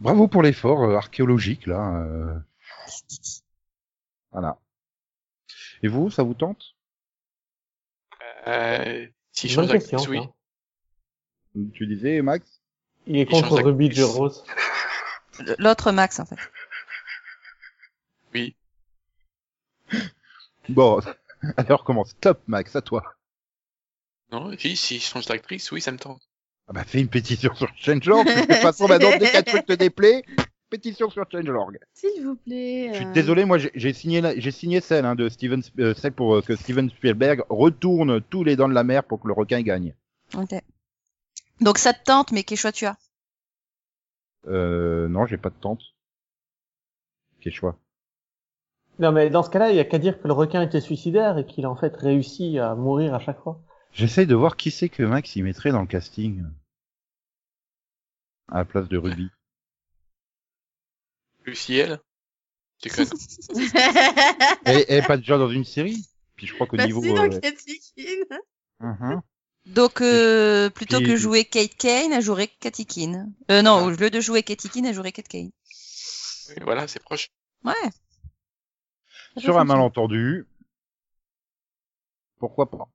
Bravo pour l'effort euh, archéologique là. euh. Voilà. Et vous, ça vous tente
Euh, si je
Bonne
change d'actrice,
question,
oui.
ça.
Tu disais Max
Il est
change
contre Ruby
d'actrice.
Geros.
L- L'autre Max, en fait.
Oui.
Bon, alors commence. Top Max, à toi.
Non, si, si je change d'actrice, oui, ça me tente.
Ah bah fais une pétition sur Changelog. De toute façon, bah, maintenant dès qu'un truc te déplaît, pétition sur Changelog.
S'il vous plaît.
Je suis
euh,
désolé, moi j'ai- j'ai signé, la- j'ai signé celle hein, de Steven, Sp- euh, celle pour euh, que Steven Spielberg retourne tous les dents de la mer pour que le requin gagne.
Ok. Donc ça te tente, mais quel choix tu as
Euh, non, j'ai pas de tente. Quel choix.
Non, mais dans ce cas-là, il y a qu'à dire que le requin était suicidaire et qu'il a en fait réussi à mourir à chaque fois.
J'essaye de voir qui c'est que Max y mettrait dans le casting à la place de Ruby.
Luciel. C'est quand même-
Elle elle est pas déjà dans une série. Puis je crois qu'au
bah
niveau.
si, dans
euh,
Cathy Keane.
mhm.
Donc, euh, plutôt
Puis-
que jouer Kate Kane, elle jouerait Cathy Keane. Euh, non, au lieu de jouer Cathy Keane, elle jouerait Kate Kane.
Oui, Voilà, c'est proche.
Ouais.
Sur un malentendu. Pourquoi pas.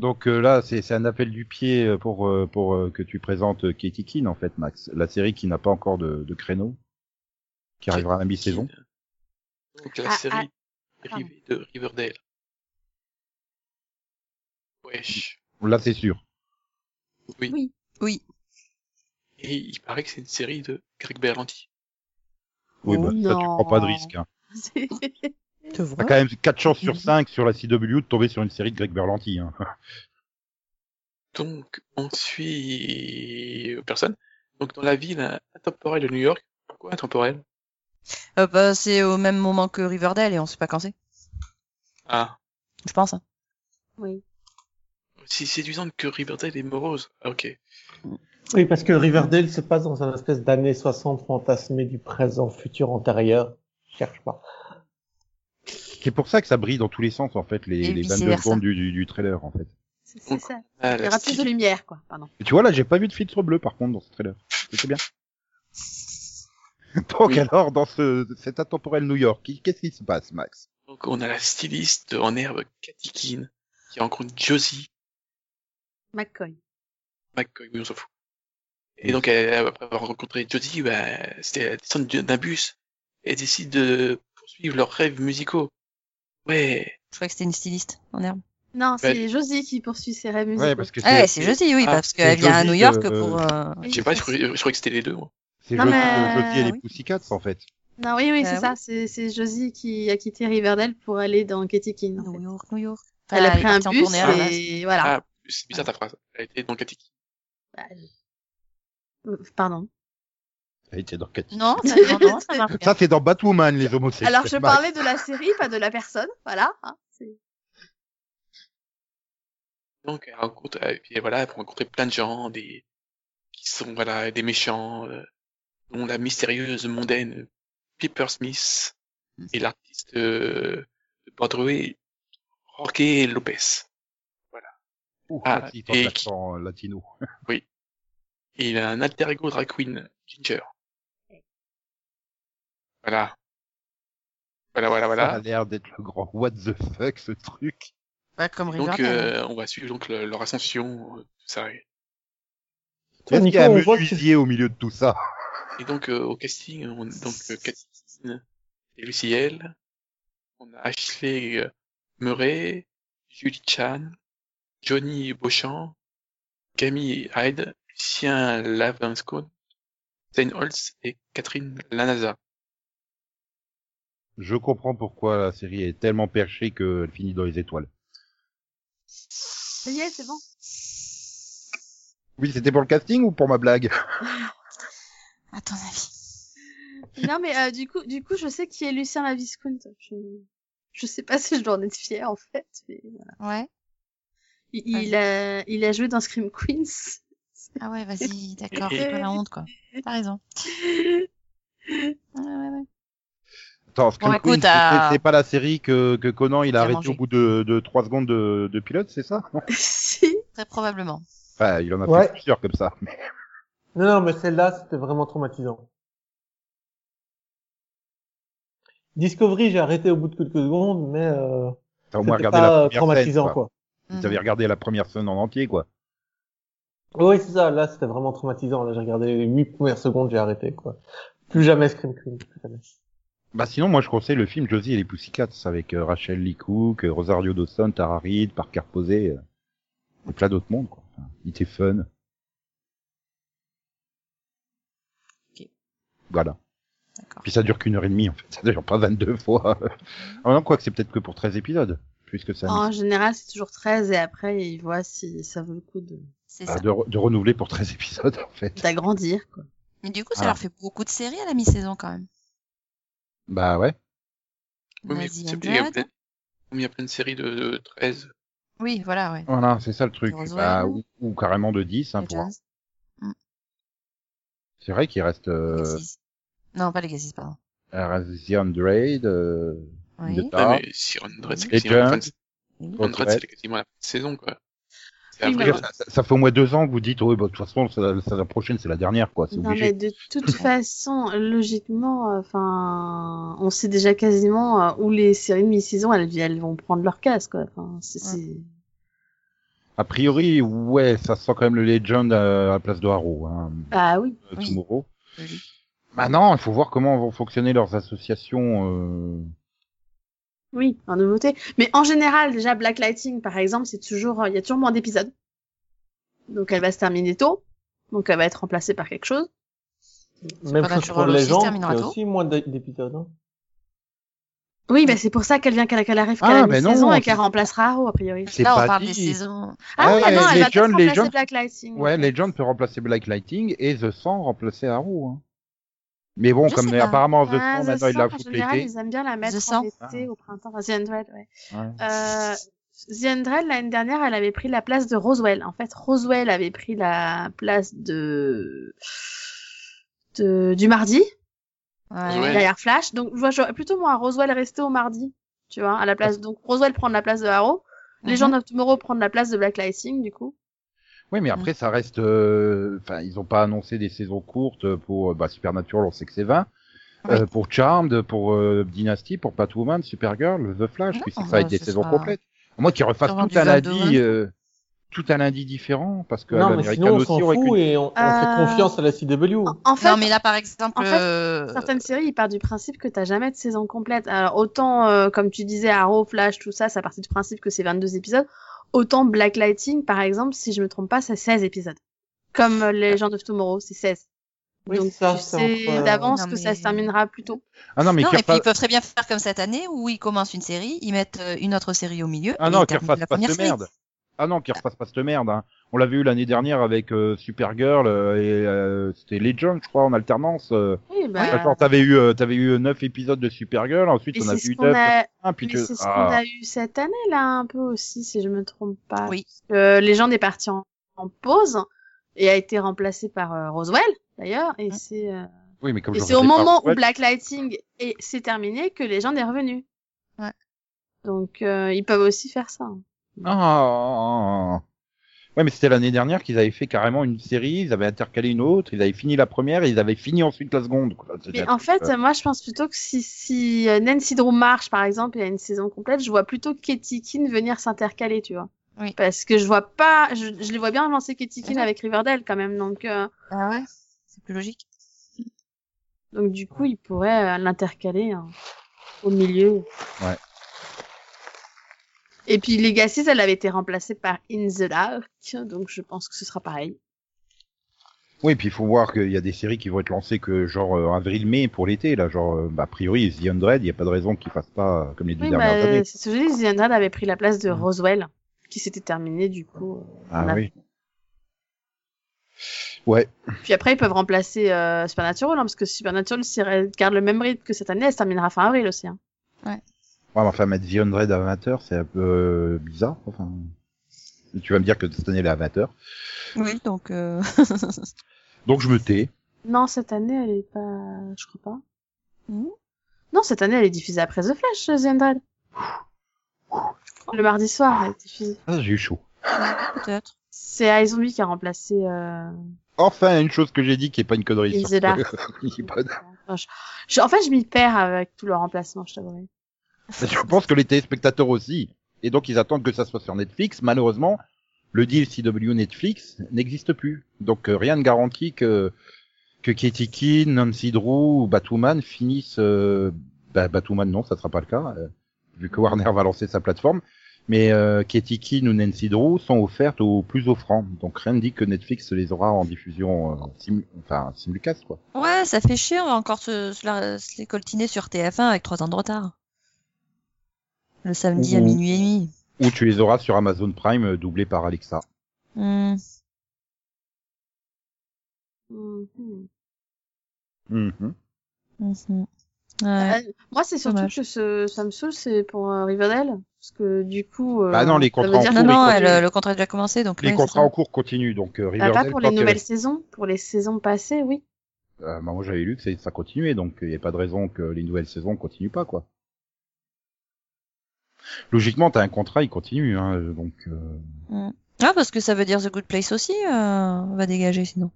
Donc euh, là, c'est c'est un appel du pied euh, pour euh, pour euh, que tu présentes euh, Katie Keane en fait, Max. La série qui n'a pas encore de, de créneau, qui arrivera à mi-saison.
Donc la
Ah,
série
ah,
dérivée de Riverdale. Wesh.
Là, c'est sûr.
Et il paraît que c'est une série de Greg Berlanti.
Oui,
Oh
bah, ça, tu
non.
prends pas de risque. Hein.
C'est-
Te
T'as
vois.
quand même 4 chances sur 5 sur la CW de tomber sur une série de Greg Berlanti. Hein.
Donc on suit personne. Donc dans la ville intemporelle de New York. Pourquoi intemporelle
Euh, bah, c'est au même moment que Riverdale et on sait pas quand c'est.
Ah,
Je pense. hein.
Oui.
aussi séduisante que Riverdale est morose. Ah, ok.
Oui, parce que Riverdale se passe dans un espèce d'année 60 fantasmée du présent, futur, antérieur. Je cherche pas.
C'est pour ça que ça brille dans tous les sens en fait les,
Et
les
vice
22
versa.
secondes du, du, du trailer en fait.
C'est c'est
euh,
ça.
Ah,
Il
la
y aura plus de
style-
lumière, quoi. Pardon.
Et tu vois là, j'ai pas vu de filtre bleu par contre dans ce trailer. C'était bien. Donc
Oui.
alors dans ce cet intemporel New York, qui- qu'est-ce qui se passe, Max
Donc on a la styliste en herbe Cathy Keane qui rencontre Josie
McCoy.
McCoy, oui, on s'en fout. euh, Et donc, elle, après avoir rencontré Jodie, bah, c'était la descente du- d'un bus. Elle décide de poursuivre leurs rêves musicaux. Ouais.
Je croyais que c'était une styliste en herbe.
Bah,
Non, c'est Josie qui poursuit ses rêves musicaux.
que
Ah ouais, c'est Josie, oui,
Ah,
parce
c'est
qu'elle vient à
Josie
New York
de-
pour. euh,
Oui,
Je sais pas, je
c'est-
croyais, je croyais que c'était les deux. moi.
c'est
Non,
Josie,
mais- euh,
Josie et les
oui.
Pussycats en fait.
Non, oui, oui,
Euh,
c'est
oui.
ça. C'est c'est Josie qui a quitté Riverdale pour aller dans Katie Keane. en fait.
New York, New York.
Elle a
Enfin,
pris un
est partie en
bus
tournée hein, à la base.
et voilà.
Ah, c'est bizarre ta phrase. Elle était dans Cathy.
Euh, Pardon.
Elle était dans Cathy.
Non, ça, non, non, ça marche bien.
Ça c'est dans Batwoman les homosexuels.
Alors je
Max.
parlais de la série, pas de la personne. Voilà. hein, c'est-
Donc, elle rencontre, et puis voilà, elle peut rencontrer plein de gens, des, qui sont, voilà, des méchants, euh, dont la mystérieuse mondaine Pepper Smith
Mhm.
et l'artiste, euh, de Broadway, Jorge Lopez.
Ouh,
Ah,
Max, il
et-
porte l'accent euh, latino.
Et il a un alter ego drag queen, Ginger. Voilà. Voilà, voilà,
Ça a
Ah, voilà.
l'air d'être le grand what the fuck ce truc.
Pas comme
Donc,
Riverdale.
euh, on va suivre donc le- leur ascension, euh, tout ça. Et-
Est-ce
Toi,
qu'il y
Nico,
a un
on voit que tu...
menuisier au milieu de tout ça
Et donc, euh, au casting, on a donc euh, Cathy Keane et Luciel. On a Ashley euh, Murray, Julie Chan, Johnny Beauchamp, Camille Hyde, Lucien Lavinscone, Zane Holtz et Catherine Lanaza.
Je comprends pourquoi la série est tellement perchée qu'elle finit dans les étoiles.
Ça y est, c'est bon.
Oui, c'était pour le casting ou pour ma blague
À ton avis.
Non, mais euh, du coup, du coup, je sais qui est Lucien la Visconte. Je... je sais pas si je dois en être fière, en fait. mais voilà.
Ouais.
Il, il a, il a joué dans Scream Queens.
Ah ouais, vas-y, d'accord. C'est pas la honte, quoi. T'as raison. Ouais, ouais, ouais.
Attends, Scream
Bon,
Queen,
écoute,
c'est-
euh,
c'est pas la série que, que Conan il a
J'ai
arrêté
mangé.
au bout de, de 3 secondes de, de pilote, c'est ça non
si.
Très probablement.
Enfin, il en a
Ouais.
fait plusieurs comme ça. Mais
Non, non, mais celle-là, c'était vraiment traumatisant. Discovery, j'ai arrêté au bout de quelques secondes, mais euh,
T'as au moins
c'était
regardé la
pas euh,
première scène.
traumatisant,
Quoi.
quoi.
Mhm,
Ils avaient regardé la première scène en entier, quoi.
Oui, c'est ça. Là, c'était vraiment traumatisant. Là, j'ai regardé les huit premières secondes, j'ai arrêté, quoi. Plus jamais Scream Queen, plus jamais.
Bah sinon, moi je conseille le film Josie et les Pussycats avec euh, Rachel Lee Cook, euh, Rosario Dawson, Tara Reid, Parker Posey, euh, et plein d'autres mondes. Quoi. Enfin, il était fun.
Ok.
Voilà.
D'accord.
Puis ça dure qu'une heure et demie en fait. Ça dure pas 22 fois. ah non, quoi que c'est peut-être que pour 13 épisodes, puisque
Oh,
ça.
En général, c'est toujours 13 et après, ils voient si ça vaut le coup de
C'est
bah,
ça.
de, re- de renouveler pour 13 épisodes en fait.
d'agrandir. quoi.
Mais du coup, ça
Ah.
leur fait beaucoup de séries à la mi-saison quand même.
Bah ouais.
Oui, mais
Vas-y,
c'est- il y a
Antoine.
plein- il y a plein de séries de, de 13.
Oui, voilà, ouais.
Voilà, c'est ça le truc.
Roswell.
Bah, ou, ou carrément de 10. Hein,
Les
pour...
Jones,
C'est vrai qu'il reste euh,
Gacy's. Non, pas les Gacy's, pardon.
The Android. Euh...
Oui.
de-
Ah,
Ah.
mais si Andrade, c'est
Et
quasiment la
John.
fin de- Andrade,
Roswell.
c'est quasiment la fin de saison, quoi. C'est
Oui,
Je
avril.
veux dire, ça, ça fait au moins deux ans que vous dites, ouais, bah, de toute façon, ça- ça- la prochaine, c'est la dernière, quoi. C'est
Non,
obligé.
mais de toute façon, logiquement, enfin, on sait déjà quasiment euh, où les séries de mi-saison, elles, elles vont prendre leur case, quoi. Enfin, c'est, c'est-
A priori, ouais, ça sent quand même le Legend euh, à la place de Haro, hein,
Ah oui.
euh,
Oui.
Tomorrow.
Oui.
Maintenant, il faut voir comment vont fonctionner leurs associations. euh,
Oui, en nouveauté. Mais en général, déjà, Black Lightning, par exemple, c'est toujours, euh, il y a toujours moins d'épisodes. Donc, elle va se terminer tôt. Donc, elle va être remplacée par quelque chose.
Même
pas
chose pour
Natural
les
aussi,
gens, il y
Terminator.
a aussi moins d'é- d'épisodes. hein.
Oui, bah, c'est pour ça qu'elle vient, qu'elle qu'elle arrive
Ah,
qu'à la
mais non,
mi-saison et
c'est-
qu'elle remplacera Haro, a priori.
C'est
Là, on
pas
parle
dit.
des saisons.
Ah oui,
Ouais,
ah non, elle va
Legion,
peut-être remplacer
Legion.
Black Lightning.
Ouais, Legend peut remplacer Black Lightning et The 100 remplacer Haro. Hein. Mais bon,
Je
comme
sais pas.
apparemment The 100,
Ah, The
maintenant, il
Sun,
l'a
en
foutu
général,
l'été.
ils aiment bien la mettre
The
en
Sun.
été au printemps. Enfin, The Undread, ouais.
Ah. Ouais.
Euh, The Undread, l'année dernière, elle avait pris la place de Roswell. En fait, Roswell avait pris la place de, de... du mardi,
Ouais.
Ouais.
derrière Flash. Donc, je vois, j'aurais plutôt, moi, Roswell rester au mardi, tu vois, à la place. Donc, Roswell prendre la place de Arrow. Les
Mhm.
gens of Tomorrow prendre la place de Black Lightning, du coup.
Oui, mais
Mm.
après, ça reste. euh, Enfin, ils ont pas annoncé des saisons courtes pour euh, bah, Supernatural, on sait que c'est 20.
Oui.
euh, pour Charmed, pour euh, Dynasty, pour Batwoman, Supergirl, The Flash,
Non,
puis ça, ça
bah,
va être des
ce
saisons
sera-
complètes. À moins qu'ils refassent
Sûrement
tout
du
un
Batwoman.
lundi, euh, tout un lundi différent, parce que
non, mais
l'American
sinon, on
aussi
s'en
aurait
fout
qu'une-
et on, on
Euh,
fait confiance à la CW.
En, en fait,
non, mais là, par exemple,
en fait,
euh,
certaines séries, ils partent du principe que t'as jamais de saison complète. Alors, autant, euh, comme tu disais, Arrow, Flash, tout ça, ça partit du principe que c'est 22 épisodes. Autant Black Lightning, par exemple, si je me trompe pas, c'est 16 épisodes. Comme euh, les gens de Tomorrow, c'est 16.
Oui,
Donc,
ça, euh,
tu
c'est
sais
encore-
d'avance
Non,
que ça
mais-
se terminera plus tôt.
Ah non, mais
non,
qu'ils
et puis ils
refassent...
peuvent très bien faire comme cette année où ils commencent une série, ils mettent euh, une autre série au milieu.
ah
et
non,
ils
qu'ils
terminent
refassent
la
pas
première
cette
série.
merde. Ah non, qu'ils refassent pas cette merde. hein. On l'a vu l'année dernière avec euh, Supergirl euh, et euh, c'était Legend, je crois, en alternance. euh.
Oui, bah.
Genre, t'avais eu, euh, t'avais eu neuf épisodes de Supergirl, ensuite
mais
on a
c'est ce
vu
qu'on
neuf,
a,
hein, puis
mais
que-
c'est ce qu'on
ah.
a eu cette année, là, un peu aussi, si je me trompe pas.
Oui.
Euh, Légende est partie en, en pause et a été remplacée par euh, Roswell, d'ailleurs, et
Mm.
c'est, euh,
Oui, mais comme
Et
je
c'est au
regardais pas
moment où
Roswell-
Black Lightning est- s'est terminé que Legend est revenu.
Ouais.
Donc euh, ils peuvent aussi faire ça.
Ah. Ouais, mais c'était l'année dernière qu'ils avaient fait carrément une série, ils avaient intercalé une autre, ils avaient fini la première et ils avaient fini ensuite la seconde. quoi. C'était
Mais
un
en
truc,
fait,
euh,
moi je pense plutôt que si, si euh, Nancy Drew marche par exemple et a une saison complète, je vois plutôt Katie Keane venir s'intercaler, tu vois.
Oui.
Parce que je vois pas, je, je les vois bien lancer Katie Keane
Ouais.
avec Riverdale quand même, donc euh,
Ah ouais, c'est plus logique.
donc du coup ils pourraient euh, l'intercaler hein, au milieu.
Ouais.
Et puis Legacy, elle avait été remplacée par In the Dark, donc je pense que ce sera pareil.
Oui, puis il faut voir qu'il y a des séries qui vont être lancées que genre euh, avril-mai pour l'été, là, genre, euh, bah, a priori, The Undread, il n'y a pas de raison qu'ils fassent pas euh, comme les deux
Oui,
dernières
bah,
années.
c'est ce que je dis, The Andrade avait pris la place de Roswell, qui s'était terminée du coup. euh,
Ah
en avril.
oui. Ouais.
Puis après, ils peuvent remplacer euh, Supernatural, hein, parce que Supernatural, s'il garde le même rythme que cette année, elle se terminera fin avril aussi. Hein.
Ouais, mais enfin, mettre The Hundred à 20h, c'est un peu euh, bizarre. Enfin, tu vas me dire que cette année, elle est à 20h.
Oui, donc. euh,
Donc, je me tais.
Non, cette année, elle est pas. Je crois pas.
Hmm.
Non, cette année, elle est diffusée après The Flash, euh, The Undead.
Oh.
Le mardi soir, elle est diffusée.
Ah, j'ai eu chaud.
Peut-être.
C'est iZombie qui a remplacé. Euh...
Enfin, une chose que j'ai dit qui est pas une connerie.
Is it dark
Il est pas-
Non, je- je- En fait, je m'y perds avec tout le remplacement, je t'avoue.
Je pense que les téléspectateurs aussi. Et donc, ils attendent que ça soit sur Netflix. Malheureusement, le deal CW Netflix n'existe plus. Donc, euh, rien ne garantit que, que Katie Keane, Nancy Drew ou Batwoman finissent, euh, bah, Batwoman, non, ça sera pas le cas, euh, vu que Warner va lancer sa plateforme. Mais, euh, Katie Keane ou Nancy Drew sont offertes aux plus offrants. Donc, rien ne dit que Netflix les aura en diffusion, euh, sim- enfin, simulcast, quoi.
Ouais, ça fait chier encore se, se, la- se les coltiner sur TF1 avec trois ans de retard. Le samedi à
Mhm.
minuit et demi.
Ou tu les auras sur Amazon Prime, euh, doublés par Alexa.
Hmm. Hmm.
Mhm.
Mhm.
Mhm. Ouais.
Euh, moi, c'est surtout
Dommage.
que ce... ça me saoule, c'est pour euh, Riverdale. Parce que du coup. euh,
Bah non, les
ça veut
contrats en
dire
cours,
que-
non,
les
non,
contrats-
elle, euh, le contrat est déjà commencé, donc
Les
ouais,
contrats en
c'est
cours continuent, donc euh,
Ah, pas
Riverdale.
pour les
quand, euh,
nouvelles saisons, pour les saisons passées, oui.
euh, bah, moi j'avais lu que c'est- ça continuait, donc il n'y a pas de raison que les nouvelles saisons continuent pas, quoi. Logiquement, t'as un contrat, il continue, hein, euh, donc. euh,
ça. Ah, parce que ça veut dire The Good Place aussi euh, va dégager sinon.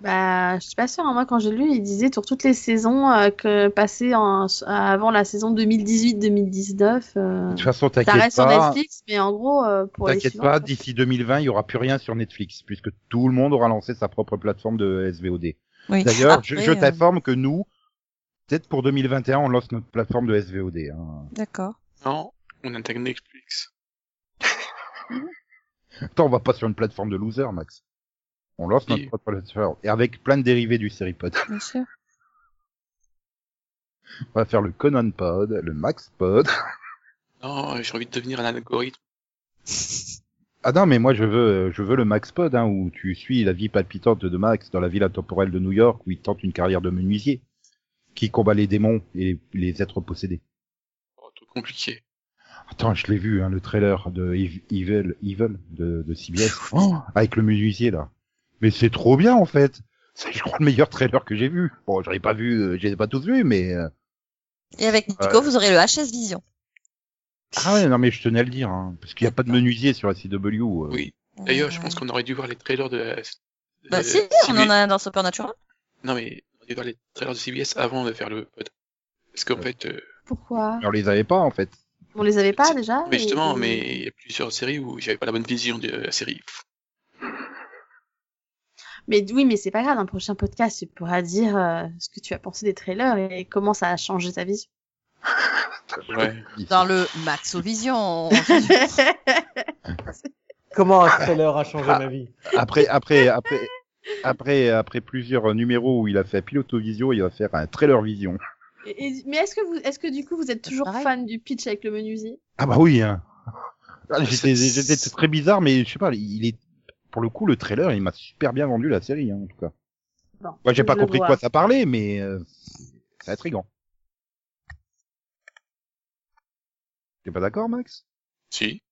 Bah, je suis pas sûre. hein. Moi, quand j'ai lu, il disait sur toutes les saisons euh, que passées en... avant la saison 2018-2019.
De
euh,
toute façon,
Ça
t'inquiète
reste sur
pas,
Netflix, mais en gros, euh, pour les
t'inquiète
suivants,
pas,
ça-
d'ici 2020, il y aura plus rien sur Netflix, puisque tout le monde aura lancé sa propre plateforme de SVOD.
Oui.
D'ailleurs,
Après,
je, je
euh,
t'informe que nous, peut-être pour 2021, on lance notre plateforme de SVOD. Hein.
D'accord.
Non, on intègre Netflix.
Attends, on va pas sur une plateforme de loser, Max. On lance notre
Oui.
propre plateforme, et avec plein de dérivés du Seripod.
Bien sûr.
On va faire le Conan Pod, le Max Pod.
Non, euh, j'ai envie de devenir un algorithme.
Ah non, mais moi je veux, je veux le Max Pod, hein, où tu suis la vie palpitante de Max dans la ville intemporelle de New York, où il tente une carrière de menuisier, qui combat les démons et les êtres possédés.
Oh, trop compliqué.
Attends, je l'ai vu, hein, le trailer de Ev- Evil, Evil de, de CBS, Oh, avec le menuisier là. Mais c'est trop bien en fait. C'est, je crois, le meilleur trailer que j'ai vu. Bon, j'en ai pas vu, euh, je les ai pas tous vus, mais euh,
Et avec Nico,
Ouais.
vous aurez le HS Vision.
ah ouais, non mais je tenais à le dire, hein, parce qu'il y a pas de menuisier sur la CW. euh.
Oui. D'ailleurs, je
Euh,
pense qu'on aurait dû voir les trailers de la. de
Bah si, on
CBS.
en a un dans Supernatural.
Non, mais on aurait dû voir les trailers de CBS avant de faire le pod. Parce qu'en
Ouais.
fait, euh,
pourquoi
Mais on les avait pas en fait.
On les avait pas déjà
mais justement,
et-
mais il y a plusieurs séries où j'avais pas la bonne vision de la série. Pff,
Mais oui, mais c'est pas grave, un prochain podcast, tu pourras dire euh, ce que tu as pensé des trailers et comment ça a changé ta vision.
Ouais.
Dans le Maxo Vision.
Comment un trailer a changé
Ah.
ma vie
Après, après, après, après, après plusieurs euh, numéros où il a fait pilotovisio, il va faire un trailer vision.
Et- et- mais est-ce que, vous, est-ce que du coup, vous
Bah,
êtes toujours
Pareil.
fan du pitch avec le menuisier
Ah bah oui. Hein. Ah, J'étais j'étais très bizarre, mais je sais pas. Il est pour le coup le trailer, il m'a super bien vendu la série hein, en tout cas.
Bon,
Moi, j'ai
je
pas
le
compris de
vois.
quoi ça parlait, mais euh, c'est intrigant. T'es pas d'accord, Max
Si.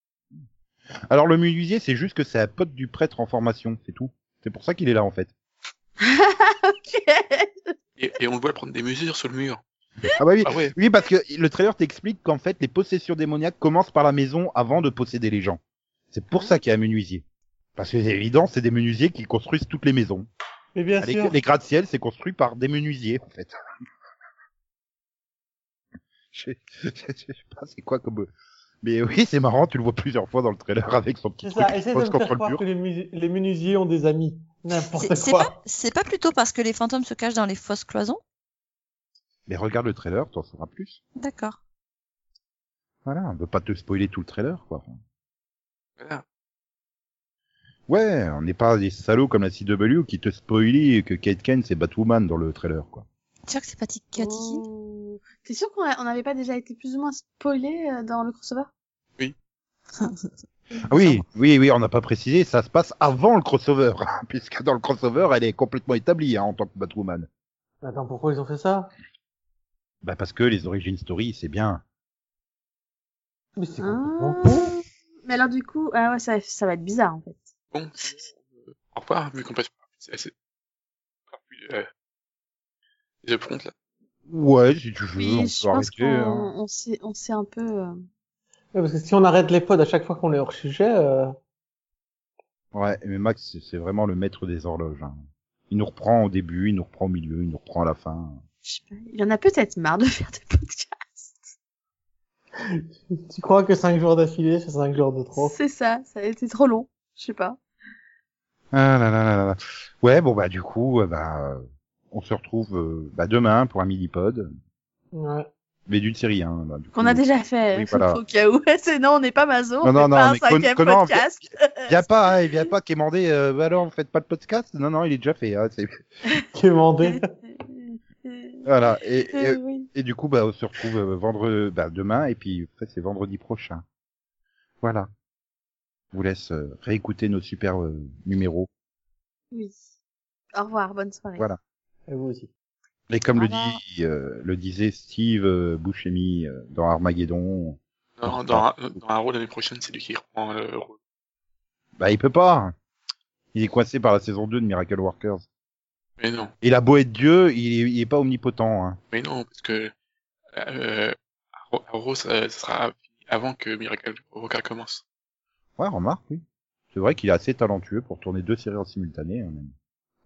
Alors le menuisier, c'est juste que c'est un pote du prêtre en formation, c'est tout. C'est pour ça qu'il est là en fait.
Et, et on le voit prendre des mesures sur le mur.
Ah bah oui.
Ah ouais.
Oui, parce que le trailer t'explique qu'en fait, les possessions démoniaques commencent par la maison avant de posséder les gens. C'est pour ça qu'il y a un menuisier. Parce que c'est évident, c'est des menuisiers qui construisent toutes les maisons.
Mais bien
Les,
sûr.
les gratte-ciel, c'est construit par des menuisiers, en fait. je, je- je sais pas, c'est quoi comme... Mais oui, c'est marrant, tu le vois plusieurs fois dans le trailer avec son petit
C'est
truc
ça,
qui se
essaye de me
pose
faire
contre le
croire
mur.
que les, mus- les menuisiers ont des amis.
C'est-
N'importe
c'est
quoi.
C'est pas plutôt parce que les fantômes se cachent dans les fausses cloisons
Mais regarde le trailer, t'en sauras plus.
D'accord.
Voilà, on veut pas te spoiler tout le trailer, quoi.
Voilà.
Ouais, on n'est pas des salauds comme la CW qui te spoilie que Kate Kane c'est Batwoman dans le trailer, quoi.
Tu vois que c'est pas Tic- Cathy Kidd
Oh. T'es sûr qu'on a- on n'avait pas déjà été plus ou moins spoilé euh, dans le crossover
Oui, Ah, oui, oui, on n'a pas précisé, ça se passe avant le crossover, puisque dans le crossover, elle est complètement établie hein, en tant que Batwoman.
Attends, pourquoi ils ont fait ça
Bah parce que les origin story, c'est bien.
Mais c'est complètement
Ah.
con.
Mais alors du coup, ah ouais, ça, ça va être bizarre en fait.
Bon, euh, au revoir, vu qu'on passe par Eh, c'est assez- par plus de, euh, de prompt, là.
Ouais, si tu veux, on
Oui, je
peut
pense
arrêter.
qu'on
hein.
on s'est on s'est un peu. euh,
Ouais, parce que si on arrête les pods à chaque fois qu'on est hors sujet, euh,
Ouais, mais Max, c'est- c'est vraiment le maître des horloges. hein. Il nous reprend au début, il nous reprend au milieu, il nous reprend à la fin.
je sais pas, il y en a peut-être marre de faire des podcasts.
tu crois que 5 jours d'affilée, c'est 5 jours de
Oh.
trop.
C'est ça, ça a été trop long. Je sais pas.
Ah là là là là là. Ouais, bon bah du coup, euh, bah, euh, on se retrouve euh, bah, demain pour un mini-pod,
Ouais.
mais d'une série. Hein, bah, du
Qu'on
coup.
a déjà fait.
Oui, voilà.
Au cas où. C'est non, on n'est pas maso.
Non,
On
non, non,
fait pas un
mais con-
cinquième
Conan,
podcast.
Viens pas, hein, il vient pas quémander, euh, bah alors vous faites pas de podcast Non, non, il est déjà fait. Hein, c'est...
Quémander.
Voilà, et,
Euh,
et,
oui.
et du coup, bah, on se retrouve vendredi, bah, demain, et puis après c'est vendredi prochain. Voilà. Je vous laisse euh, réécouter nos super euh, numéros.
Oui. Au revoir, bonne soirée.
Voilà.
Et vous aussi.
Et comme le,
Voilà.
dit, euh, le disait Steve euh, Buscemi euh, dans Armageddon,
Dans, dans, dans un rôle l'année prochaine, c'est lui qui reprend euh, le rôle.
bah il peut pas. Il est coincé par la saison 2 de Miracle Workers.
Mais non,
Il a beau être Dieu, il est, il est pas omnipotent. Hein.
mais non, parce que, euh, Arrow- Arrow, ça, ça sera fini avant que Miracle Roca commence.
Ouais, remarque, oui. C'est vrai qu'il est assez talentueux pour tourner deux séries en simultané. hein, même.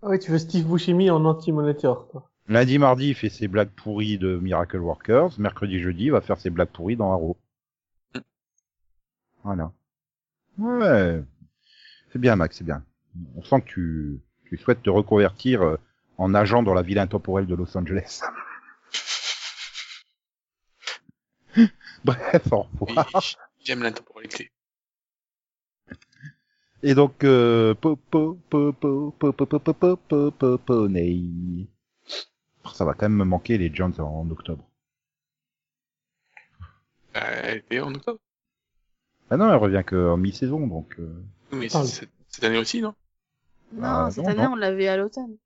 Ah ouais, tu veux Steve Buscemi en anti-monitor, quoi.
Lundi, mardi, il fait ses blagues pourries de Miracle Workers. Mercredi, jeudi, il va faire ses blagues pourries dans Arrow.
Mm.
Voilà. Ouais. C'est bien, Max, c'est bien. On sent que tu, tu souhaites te reconvertir euh, en agent dans la ville intemporelle de Los Angeles. Bref, au
Et
revoir.
J'aime l'intemporalité.
Et donc, euh, po, po, po, po, po, po, po, po, po, po, po, poney. Ça va quand même me manquer les Jones en octobre.
Euh, Elle était en octobre.
Ah non, elle revient qu'en mi-saison, donc... euh,
Oui, Mais
Attends,
c'est- c'est- cette année aussi, non
Non,
Ah,
cette
non,
année,
non.
on l'avait à l'automne.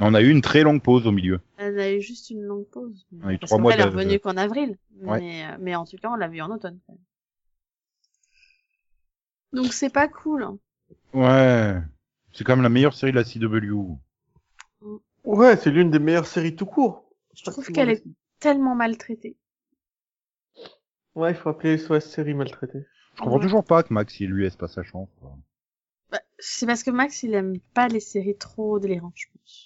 On a eu une très longue pause au milieu.
Elle a eu juste une longue pause.
On a eu
Parce
trois mois
qu'après, elle est
de...
revenue qu'en avril.
Ouais.
Mais, euh, mais en tout cas, on l'a vu en automne. quand même. Donc c'est pas cool. hein.
Ouais. C'est quand même la meilleure série de la CW.
Ouais, c'est l'une des meilleures séries tout court.
Je trouve qu'elle est tellement maltraitée.
Ouais, il faut appeler SOS série maltraitée.
Je comprends
Ouais.
toujours pas que Max, il lui laisse pas sa chance. quoi.
Bah, c'est parce que Max, il aime pas les séries trop délirantes, je pense.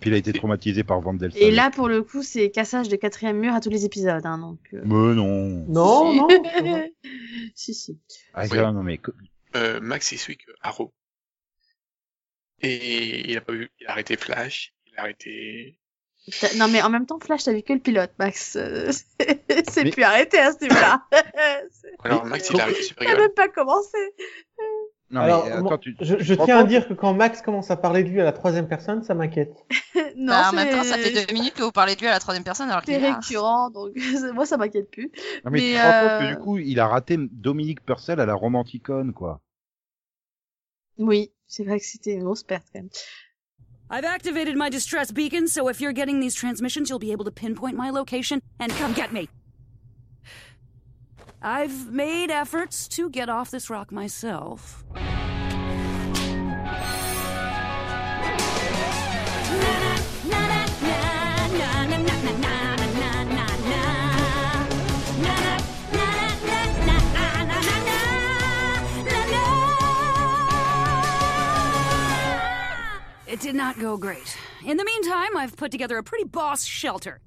Puis il a été traumatisé par Vandelson.
Et là, pour le coup, c'est cassage de quatrième mur à tous les épisodes. Hein, donc, euh,
Mais non.
Non, non. c'est vrai.
si, si.
Ah,
Oui.
c'est vrai, non, mais... co-
Euh, Max, il suit que Arrow. Et il a pas vu, il a arrêté Flash, il a arrêté
T'as- Non, mais en même temps, Flash, t'as vu que le pilote, Max. Euh, c'est c'est
Mais-
plus arrêté à ce niveau-là. C'est-
Alors Max, il a arrêté
T'as
Supergirl.
même pas commencé.
Non,
Alors,
mais euh,
moi,
attends, tu...
je, je
tu te
tiens
rends
à dire que quand Max commence à parler de lui à la troisième personne, ça m'inquiète.
non,
Bah, en
c'est-
même temps, ça fait deux minutes que vous parlez de lui à la troisième personne alors qu'il
C'est
est là.
récurrent, donc moi, ça m'inquiète plus.
Non, mais tu
mais,
te rends compte que
euh,
du coup, il a raté Dominique Purcell à la Romanticone, quoi.
Oui, c'est vrai que c'était une grosse perte, quand même.
I've activated my distress beacon, so if you're getting these transmissions, you'll be able to pinpoint my location and come get me. I've made efforts to get off this rock myself. It did not go great. In the meantime, I've put together a pretty boss shelter.